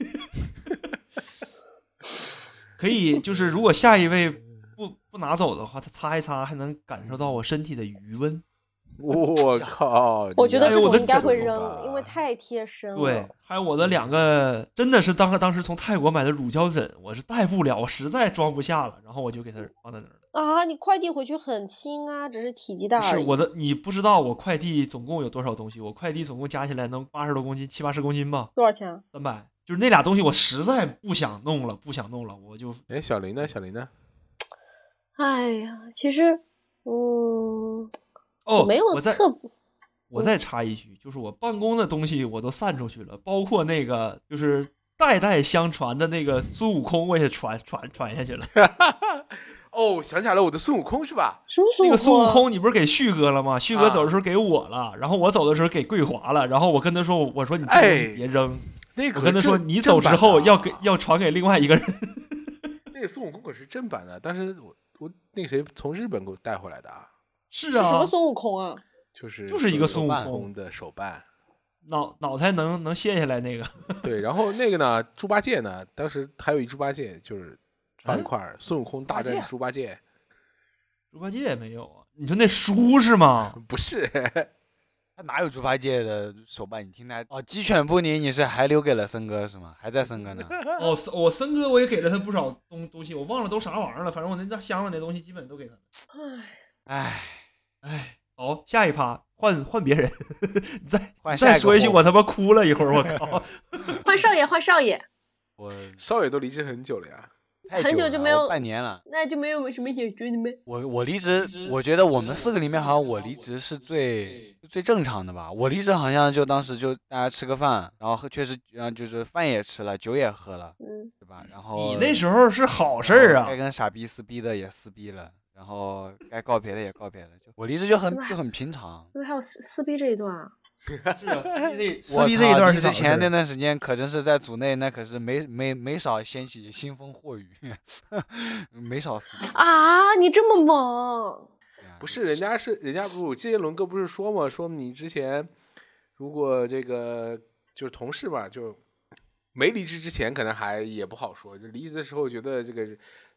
[SPEAKER 2] 可以就是如果下一位不不拿走的话，他擦一擦还能感受到我身体的余温。
[SPEAKER 1] 我靠！
[SPEAKER 3] 我觉得
[SPEAKER 1] 你
[SPEAKER 3] 这
[SPEAKER 2] 哎我
[SPEAKER 3] 种
[SPEAKER 2] 的
[SPEAKER 3] 应该会
[SPEAKER 1] 枕头吧
[SPEAKER 3] 扔，因为太贴身了。
[SPEAKER 2] 对，还有我的两个真的是当当时从泰国买的乳胶枕，我是带不了，我实在装不下了，然后我就给它放在那儿了。
[SPEAKER 3] 啊，你快递回去很轻啊，只是体积大
[SPEAKER 2] 不是
[SPEAKER 3] 而已。
[SPEAKER 2] 我的，你不知道我快递总共有多少东西，我快递总共加起来能八十多公斤，七八十公斤吧。
[SPEAKER 3] 多少钱啊？
[SPEAKER 2] 三百，就是那俩东西我实在不想弄了，不想弄了，我就
[SPEAKER 1] 哎，小林呢？小林呢？
[SPEAKER 3] 哎呀，其实，嗯，
[SPEAKER 2] 哦，
[SPEAKER 3] 没有
[SPEAKER 2] 我再
[SPEAKER 3] 特
[SPEAKER 2] 我再插一句，就是我办公的东西我都散出去了，包括那个就是代代相传的那个孙悟空，我也传传传下去了。
[SPEAKER 1] 哦，想起来了，我的孙悟空是吧？
[SPEAKER 3] 什么
[SPEAKER 2] 那个孙
[SPEAKER 3] 孙
[SPEAKER 2] 悟
[SPEAKER 3] 啊
[SPEAKER 2] 空，你不是给旭哥了吗？旭
[SPEAKER 1] 啊
[SPEAKER 2] 哥走的时候给我了，然后我走的时候给桂华了，然后我跟他说，我说你这个
[SPEAKER 1] 哎
[SPEAKER 2] 你别扔，
[SPEAKER 1] 那个
[SPEAKER 2] 我跟他说
[SPEAKER 1] 正
[SPEAKER 2] 你走之后要给。
[SPEAKER 1] 正版的啊
[SPEAKER 2] 要传给另外一个人。
[SPEAKER 1] 那个孙悟空可是正版的，当时我我那个谁从日本给我带回来的啊，
[SPEAKER 2] 是
[SPEAKER 3] 是什
[SPEAKER 2] 啊
[SPEAKER 3] 么，孙悟空啊？
[SPEAKER 1] 就是
[SPEAKER 2] 就是一个孙悟
[SPEAKER 1] 空
[SPEAKER 2] 空
[SPEAKER 1] 的手办。
[SPEAKER 2] 脑脑袋能能卸下来那个。
[SPEAKER 1] 对，然后那个呢，猪八戒呢，当时还有一猪八戒，就是放一块儿孙悟空大
[SPEAKER 4] 嗯猪八
[SPEAKER 1] 战
[SPEAKER 4] 戒
[SPEAKER 1] 猪八 戒，
[SPEAKER 2] 猪八戒也没有啊，你说那书是吗？
[SPEAKER 1] 不是
[SPEAKER 4] 他哪有猪八戒的手办？你听他哦，鸡犬不宁，你是还留给了森哥是吗？还在 森哥呢？
[SPEAKER 2] 哦，森我森哥我也给了他不少东东西，我忘了都啥玩意儿了，反正我那大箱子里的东西基本都给他了。
[SPEAKER 4] 唉，
[SPEAKER 2] 哎，好，下一趴换换别人，你再
[SPEAKER 4] 换下一
[SPEAKER 2] 再
[SPEAKER 4] 个
[SPEAKER 2] 说一句，
[SPEAKER 4] 货
[SPEAKER 2] 我他妈 哭了一会儿，我靠！
[SPEAKER 3] 换少爷，换少爷，
[SPEAKER 4] 我
[SPEAKER 1] 少爷都离职很久了呀，
[SPEAKER 4] 太
[SPEAKER 3] 很久
[SPEAKER 4] 了
[SPEAKER 3] 就没
[SPEAKER 4] 我
[SPEAKER 3] 有
[SPEAKER 4] 半年了。
[SPEAKER 3] 那就没有什么解决你们。
[SPEAKER 4] 我我离职，我觉得我们四个里面好像我离职是最最正常的吧。我离职好像就当时就大家吃个饭，然后喝确实，然后就是饭也吃了，酒也喝了，
[SPEAKER 3] 嗯，
[SPEAKER 4] 对吧？然后
[SPEAKER 2] 你那时候是好事儿
[SPEAKER 4] 然后
[SPEAKER 2] 啊
[SPEAKER 4] 该，跟傻逼撕逼的也撕逼了，然后该告别的也告别了。就我离职就很就很平常。
[SPEAKER 3] 因为还有撕撕逼这一段啊，
[SPEAKER 2] 是啊，撕 逼这
[SPEAKER 4] 我
[SPEAKER 2] 撕逼这一
[SPEAKER 4] 操
[SPEAKER 2] 段
[SPEAKER 4] 离
[SPEAKER 2] 是
[SPEAKER 4] 职
[SPEAKER 2] 咋回事
[SPEAKER 4] 前那
[SPEAKER 2] 儿啊
[SPEAKER 4] 段时间可真是在组内那可是没没没少掀起腥风火雨， 没少撕逼。
[SPEAKER 3] 啊，你这么猛，
[SPEAKER 4] 对啊
[SPEAKER 1] 不是，人家是人家不，我记得伦哥不是说嘛，说你之前如果这个就是同事嘛，就没离职之前可能还也不好说，就离职的时候觉得这个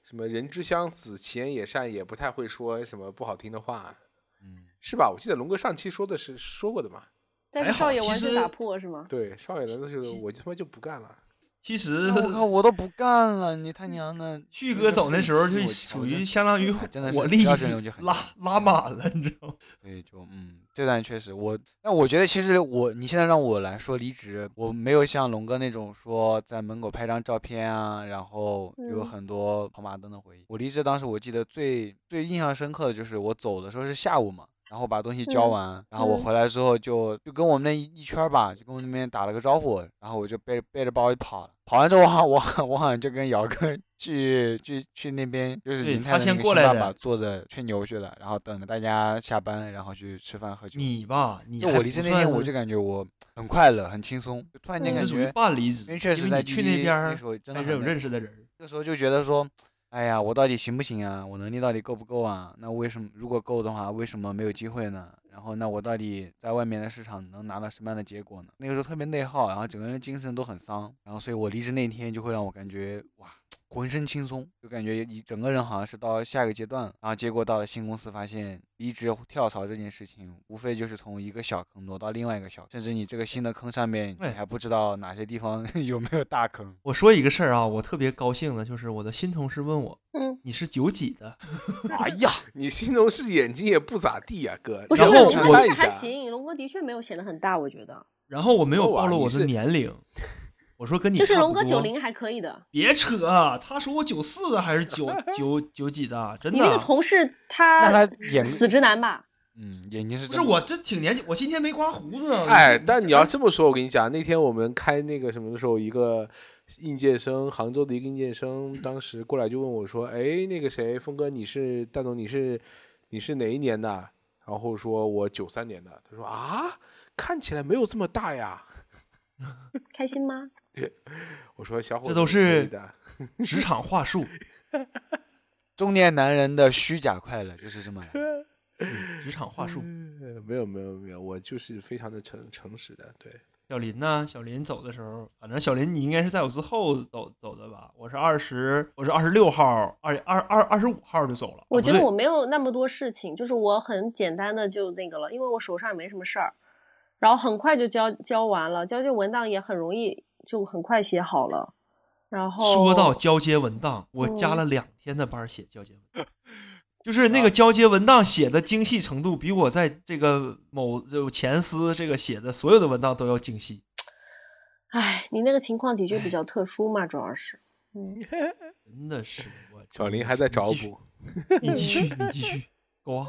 [SPEAKER 1] 什么人之相死，其言也善，也不太会说什么不好听的话，
[SPEAKER 4] 嗯，
[SPEAKER 1] 是吧？我记得龙哥上期说的是说过的嘛，
[SPEAKER 3] 但
[SPEAKER 2] 还
[SPEAKER 3] 是
[SPEAKER 2] 好
[SPEAKER 3] 少爷
[SPEAKER 2] 其
[SPEAKER 3] 完
[SPEAKER 2] 实
[SPEAKER 3] 全打破是吗？
[SPEAKER 1] 对，少爷难道就是我就他妈就不干了？
[SPEAKER 2] 其实
[SPEAKER 4] 我靠，我都不干了，你他娘的！
[SPEAKER 2] 旭哥走那时候就
[SPEAKER 4] 我
[SPEAKER 2] 属
[SPEAKER 4] 我真
[SPEAKER 2] 于相当于
[SPEAKER 4] 哎真的是
[SPEAKER 2] 火力
[SPEAKER 4] 标准用就很
[SPEAKER 2] 拉
[SPEAKER 4] 强
[SPEAKER 2] 拉满了，你知道吗？
[SPEAKER 4] 所以就嗯，这段确实我，但我觉得其实我你现在让我来说离职，我没有像龙哥那种说在门口拍张照片啊，然后有
[SPEAKER 3] 嗯
[SPEAKER 4] 很多跑马灯的回忆。我离职当时我记得最最印象深刻的就是我走的时候是下午嘛。然后把东西交
[SPEAKER 3] 嗯
[SPEAKER 4] 完，然后我
[SPEAKER 3] 嗯
[SPEAKER 4] 回来之后就就跟我们那一一圈儿吧，就跟我们那边打了个招呼，然后我就背背着包就跑了。跑完之后我好我好我好像就跟姚哥 去去去那边，就是
[SPEAKER 2] 对
[SPEAKER 4] 银泰
[SPEAKER 2] 他
[SPEAKER 4] 的那
[SPEAKER 2] 先
[SPEAKER 4] 个
[SPEAKER 2] 过
[SPEAKER 4] 新
[SPEAKER 2] 来
[SPEAKER 4] 爸
[SPEAKER 2] 的
[SPEAKER 4] 爸坐着吹牛去了，然后等着大家下班，然后去吃饭喝酒。
[SPEAKER 2] 你吧，你
[SPEAKER 4] 就
[SPEAKER 2] 还
[SPEAKER 4] 我离
[SPEAKER 2] 不
[SPEAKER 4] 职那
[SPEAKER 2] 算
[SPEAKER 4] 天，我
[SPEAKER 2] 是
[SPEAKER 4] 就感觉我很快乐，很轻松，就突然间
[SPEAKER 2] 你
[SPEAKER 4] 感
[SPEAKER 2] 是属于
[SPEAKER 4] 觉，
[SPEAKER 2] 半离职，
[SPEAKER 4] 因为确实
[SPEAKER 2] 你
[SPEAKER 4] 在
[SPEAKER 2] 去
[SPEAKER 4] 滴滴
[SPEAKER 2] 那边
[SPEAKER 4] 那
[SPEAKER 2] 儿
[SPEAKER 4] 时候真
[SPEAKER 2] 还
[SPEAKER 4] 的
[SPEAKER 2] 认
[SPEAKER 4] 很
[SPEAKER 2] 不
[SPEAKER 4] 累
[SPEAKER 2] 认识的人，
[SPEAKER 4] 那时候就觉得说，哎呀，我到底行不行啊？我能力到底够不够啊？那为什么如果够的话，为什么没有机会呢？然后那我到底在外面的市场能拿到什么样的结果呢？那个时候特别内耗，然后整个人精神都很丧，然后所以我离职那天就会让我感觉哇，浑身轻松，就感觉一整个人好像是到下一个阶段了。然后结果到了新公司，发现离职跳槽这件事情，无非就是从一个小坑挪到另外一个小坑，甚至你这个新的坑上面，你
[SPEAKER 2] 对
[SPEAKER 4] 还不知道哪些地方 有没有大坑。
[SPEAKER 2] 我说一个事儿啊，我特别高兴的，就是我的新同事问我，
[SPEAKER 3] 嗯，
[SPEAKER 2] 你是九几的？
[SPEAKER 4] 哎呀！
[SPEAKER 1] 你新同事眼睛也不咋地呀、哥。
[SPEAKER 3] 不是，
[SPEAKER 1] 然
[SPEAKER 2] 然
[SPEAKER 1] 后
[SPEAKER 2] 后
[SPEAKER 3] 龙
[SPEAKER 2] 我
[SPEAKER 3] 哥
[SPEAKER 1] 看
[SPEAKER 3] 其
[SPEAKER 1] 一
[SPEAKER 3] 实还
[SPEAKER 1] 下，
[SPEAKER 3] 行，龙哥的确没有显得很大，我觉得，
[SPEAKER 2] 然后我没有
[SPEAKER 1] 什么玩意儿
[SPEAKER 2] 暴露我
[SPEAKER 1] 啊你
[SPEAKER 2] 的
[SPEAKER 1] 是
[SPEAKER 2] 年龄，我说跟你
[SPEAKER 3] 就是
[SPEAKER 2] 差
[SPEAKER 3] 龙
[SPEAKER 2] 不
[SPEAKER 3] 哥九
[SPEAKER 2] 多
[SPEAKER 3] 零还可以的。
[SPEAKER 2] 别扯啊，他说我九四的还是九九九几的啊，真的。
[SPEAKER 3] 你那个同事
[SPEAKER 4] 那
[SPEAKER 3] 他
[SPEAKER 4] 他眼
[SPEAKER 3] 死直男吧？
[SPEAKER 4] 嗯，眼睛是
[SPEAKER 2] 不
[SPEAKER 4] 真
[SPEAKER 2] 是
[SPEAKER 4] 的
[SPEAKER 2] 我这挺年轻，我今天没刮胡子啊。
[SPEAKER 1] 哎，
[SPEAKER 2] 你
[SPEAKER 1] 但你
[SPEAKER 3] 嗯
[SPEAKER 1] 要这么说，我跟你讲，那天我们开那个什么的时候，一个应届生，杭州的一个应届生，当时过来就问我说：“哎，那个谁，峰哥，你是大总，你是你是哪一年的？”然后说我九三年的，他说啊，看起来没有这么大呀。
[SPEAKER 3] 开心吗？
[SPEAKER 1] 我说小伙子，
[SPEAKER 2] 这都
[SPEAKER 1] 你可以
[SPEAKER 2] 是
[SPEAKER 1] 的，
[SPEAKER 2] 职场话术，
[SPEAKER 4] 中年男人的虚假快乐就是这么来的。
[SPEAKER 2] 职场话
[SPEAKER 3] 嗯
[SPEAKER 2] 术。
[SPEAKER 1] 呃没有没有没有，我就是非常的诚诚实的，对，
[SPEAKER 2] 小林呢？小林走的时候，反正小林你应该是在我之后走走的吧？我是二十，我是二十六号，二二二二十五号就走了。
[SPEAKER 3] 我
[SPEAKER 2] 啊
[SPEAKER 3] 觉得
[SPEAKER 2] 不
[SPEAKER 3] 我没有那么多事情，就是我很简单的就那个了，因为我手上也没什么事儿，然后很快就交交完了，交接文档也很容易，就很快写好了。然
[SPEAKER 2] 对
[SPEAKER 3] 后
[SPEAKER 2] 说到交接文档，我加
[SPEAKER 3] 嗯
[SPEAKER 2] 了两天的班儿写交接文档，就是那个交接文档写的精细程度，比我在这个某就前司这个写的所有的文档都要精细。
[SPEAKER 3] 唉，你那个情况的确比较特殊嘛，主要是，嗯，
[SPEAKER 2] 真的是我，
[SPEAKER 1] 小林还在找补。
[SPEAKER 2] 你继续，你继续，狗啊！